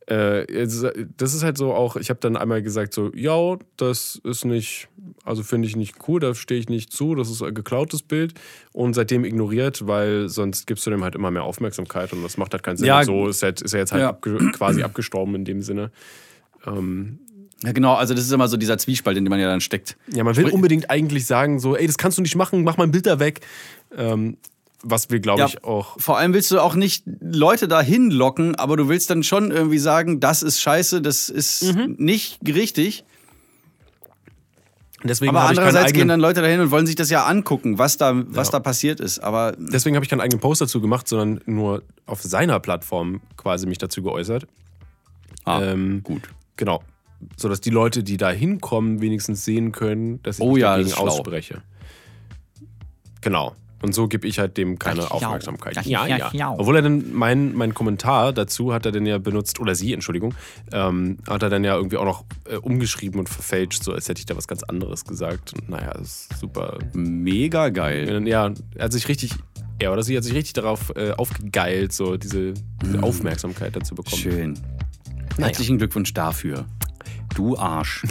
[SPEAKER 1] äh, es ist- das ist halt so auch, ich habe dann einmal gesagt, so, ja, das ist nicht, also finde ich nicht cool, da stehe ich nicht zu, das ist ein geklautes Bild und seitdem ignoriert, weil sonst gibst du dem halt immer mehr Aufmerksamkeit und das macht halt keinen Sinn.
[SPEAKER 3] Ja.
[SPEAKER 1] Und so ist, halt, ist er jetzt halt
[SPEAKER 3] Ja.
[SPEAKER 1] abge quasi abgestorben in dem Sinne.
[SPEAKER 3] Ja, genau, also das ist immer so dieser Zwiespalt, in dem man ja dann steckt.
[SPEAKER 1] Ja, man will
[SPEAKER 3] Sprich-
[SPEAKER 1] unbedingt eigentlich sagen, so, ey, das kannst du nicht machen, mach mein Bild da weg. Ähm, was wir, glaube ich, auch
[SPEAKER 3] Vor allem willst du auch nicht Leute dahin locken, aber du willst dann schon irgendwie sagen, das ist scheiße, das ist
[SPEAKER 1] Mhm.
[SPEAKER 3] nicht richtig.
[SPEAKER 1] Und Deswegen
[SPEAKER 3] Aber
[SPEAKER 1] habe ich, keinen
[SPEAKER 3] andererseits gehen
[SPEAKER 1] eigenen-
[SPEAKER 3] dann Leute dahin und wollen sich das ja angucken, was da, was da passiert ist. Aber
[SPEAKER 1] deswegen habe ich keinen eigenen Post dazu gemacht, sondern nur auf seiner Plattform quasi mich dazu geäußert. ähm,
[SPEAKER 3] Ah, gut.
[SPEAKER 1] Genau. Sodass die Leute, die da hinkommen, wenigstens sehen können, dass ich
[SPEAKER 3] Oh
[SPEAKER 1] mich
[SPEAKER 3] ja, das
[SPEAKER 1] dagegen
[SPEAKER 3] ist schlau.
[SPEAKER 1] ausspreche. Genau. Und so gebe ich halt dem keine Aufmerksamkeit.
[SPEAKER 5] Das ist ja schlau.
[SPEAKER 1] Obwohl er dann meinen mein Kommentar dazu hat er dann ja benutzt, oder sie, Entschuldigung, ähm, hat er dann ja irgendwie auch noch äh, umgeschrieben und verfälscht, so als hätte ich da was ganz anderes gesagt. Und naja, das ist super
[SPEAKER 3] mega geil.
[SPEAKER 1] ja, er hat sich richtig, er oder sie hat sich richtig darauf äh, aufgegeilt, so diese, diese Aufmerksamkeit dazu bekommen.
[SPEAKER 3] Schön. Herzlichen Glückwunsch dafür. Du Arsch.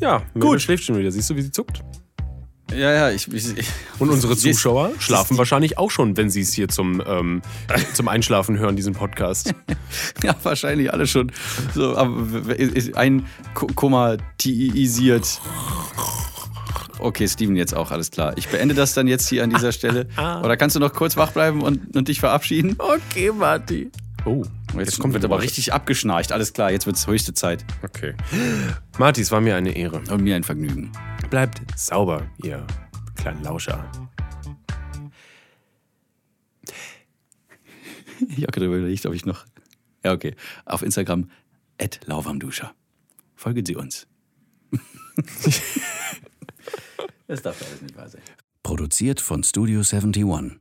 [SPEAKER 1] Ja, gut. schläft schon wieder. Siehst du, wie sie zuckt?
[SPEAKER 3] ja, ja, ich. ich
[SPEAKER 1] Und
[SPEAKER 3] <laughs>
[SPEAKER 1] unsere
[SPEAKER 3] Sie-
[SPEAKER 1] Zuschauer schlafen
[SPEAKER 3] die-
[SPEAKER 1] wahrscheinlich auch schon, wenn sie es hier zum, <laughs> ähm, zum Einschlafen hören, diesen Podcast.
[SPEAKER 3] <laughs> ja, wahrscheinlich alle schon. So, aber w- ist ein Ko- komatiisiert. Okay, Steven, jetzt auch, alles klar. Ich beende das dann jetzt hier an dieser Stelle. Oder kannst du noch kurz wach bleiben und, und dich verabschieden?
[SPEAKER 1] Okay, Marti. Oh,
[SPEAKER 3] Jetzt, kommt wird
[SPEAKER 1] wieder
[SPEAKER 3] aber
[SPEAKER 1] was.
[SPEAKER 3] richtig abgeschnarcht. Alles klar, jetzt wird's höchste Zeit.
[SPEAKER 1] Okay. Marti, es war mir eine Ehre.
[SPEAKER 3] Und mir ein Vergnügen. <laughs>
[SPEAKER 1] Bleibt sauber, ihr kleinen Lauscher.
[SPEAKER 3] Ich habe gerade überlegt, ob ich noch. Ja, okay. Auf Instagram, lauwarmduscher. Folgen Sie uns. <laughs> das darf alles nicht wahr sein. Produziert von Studio 71.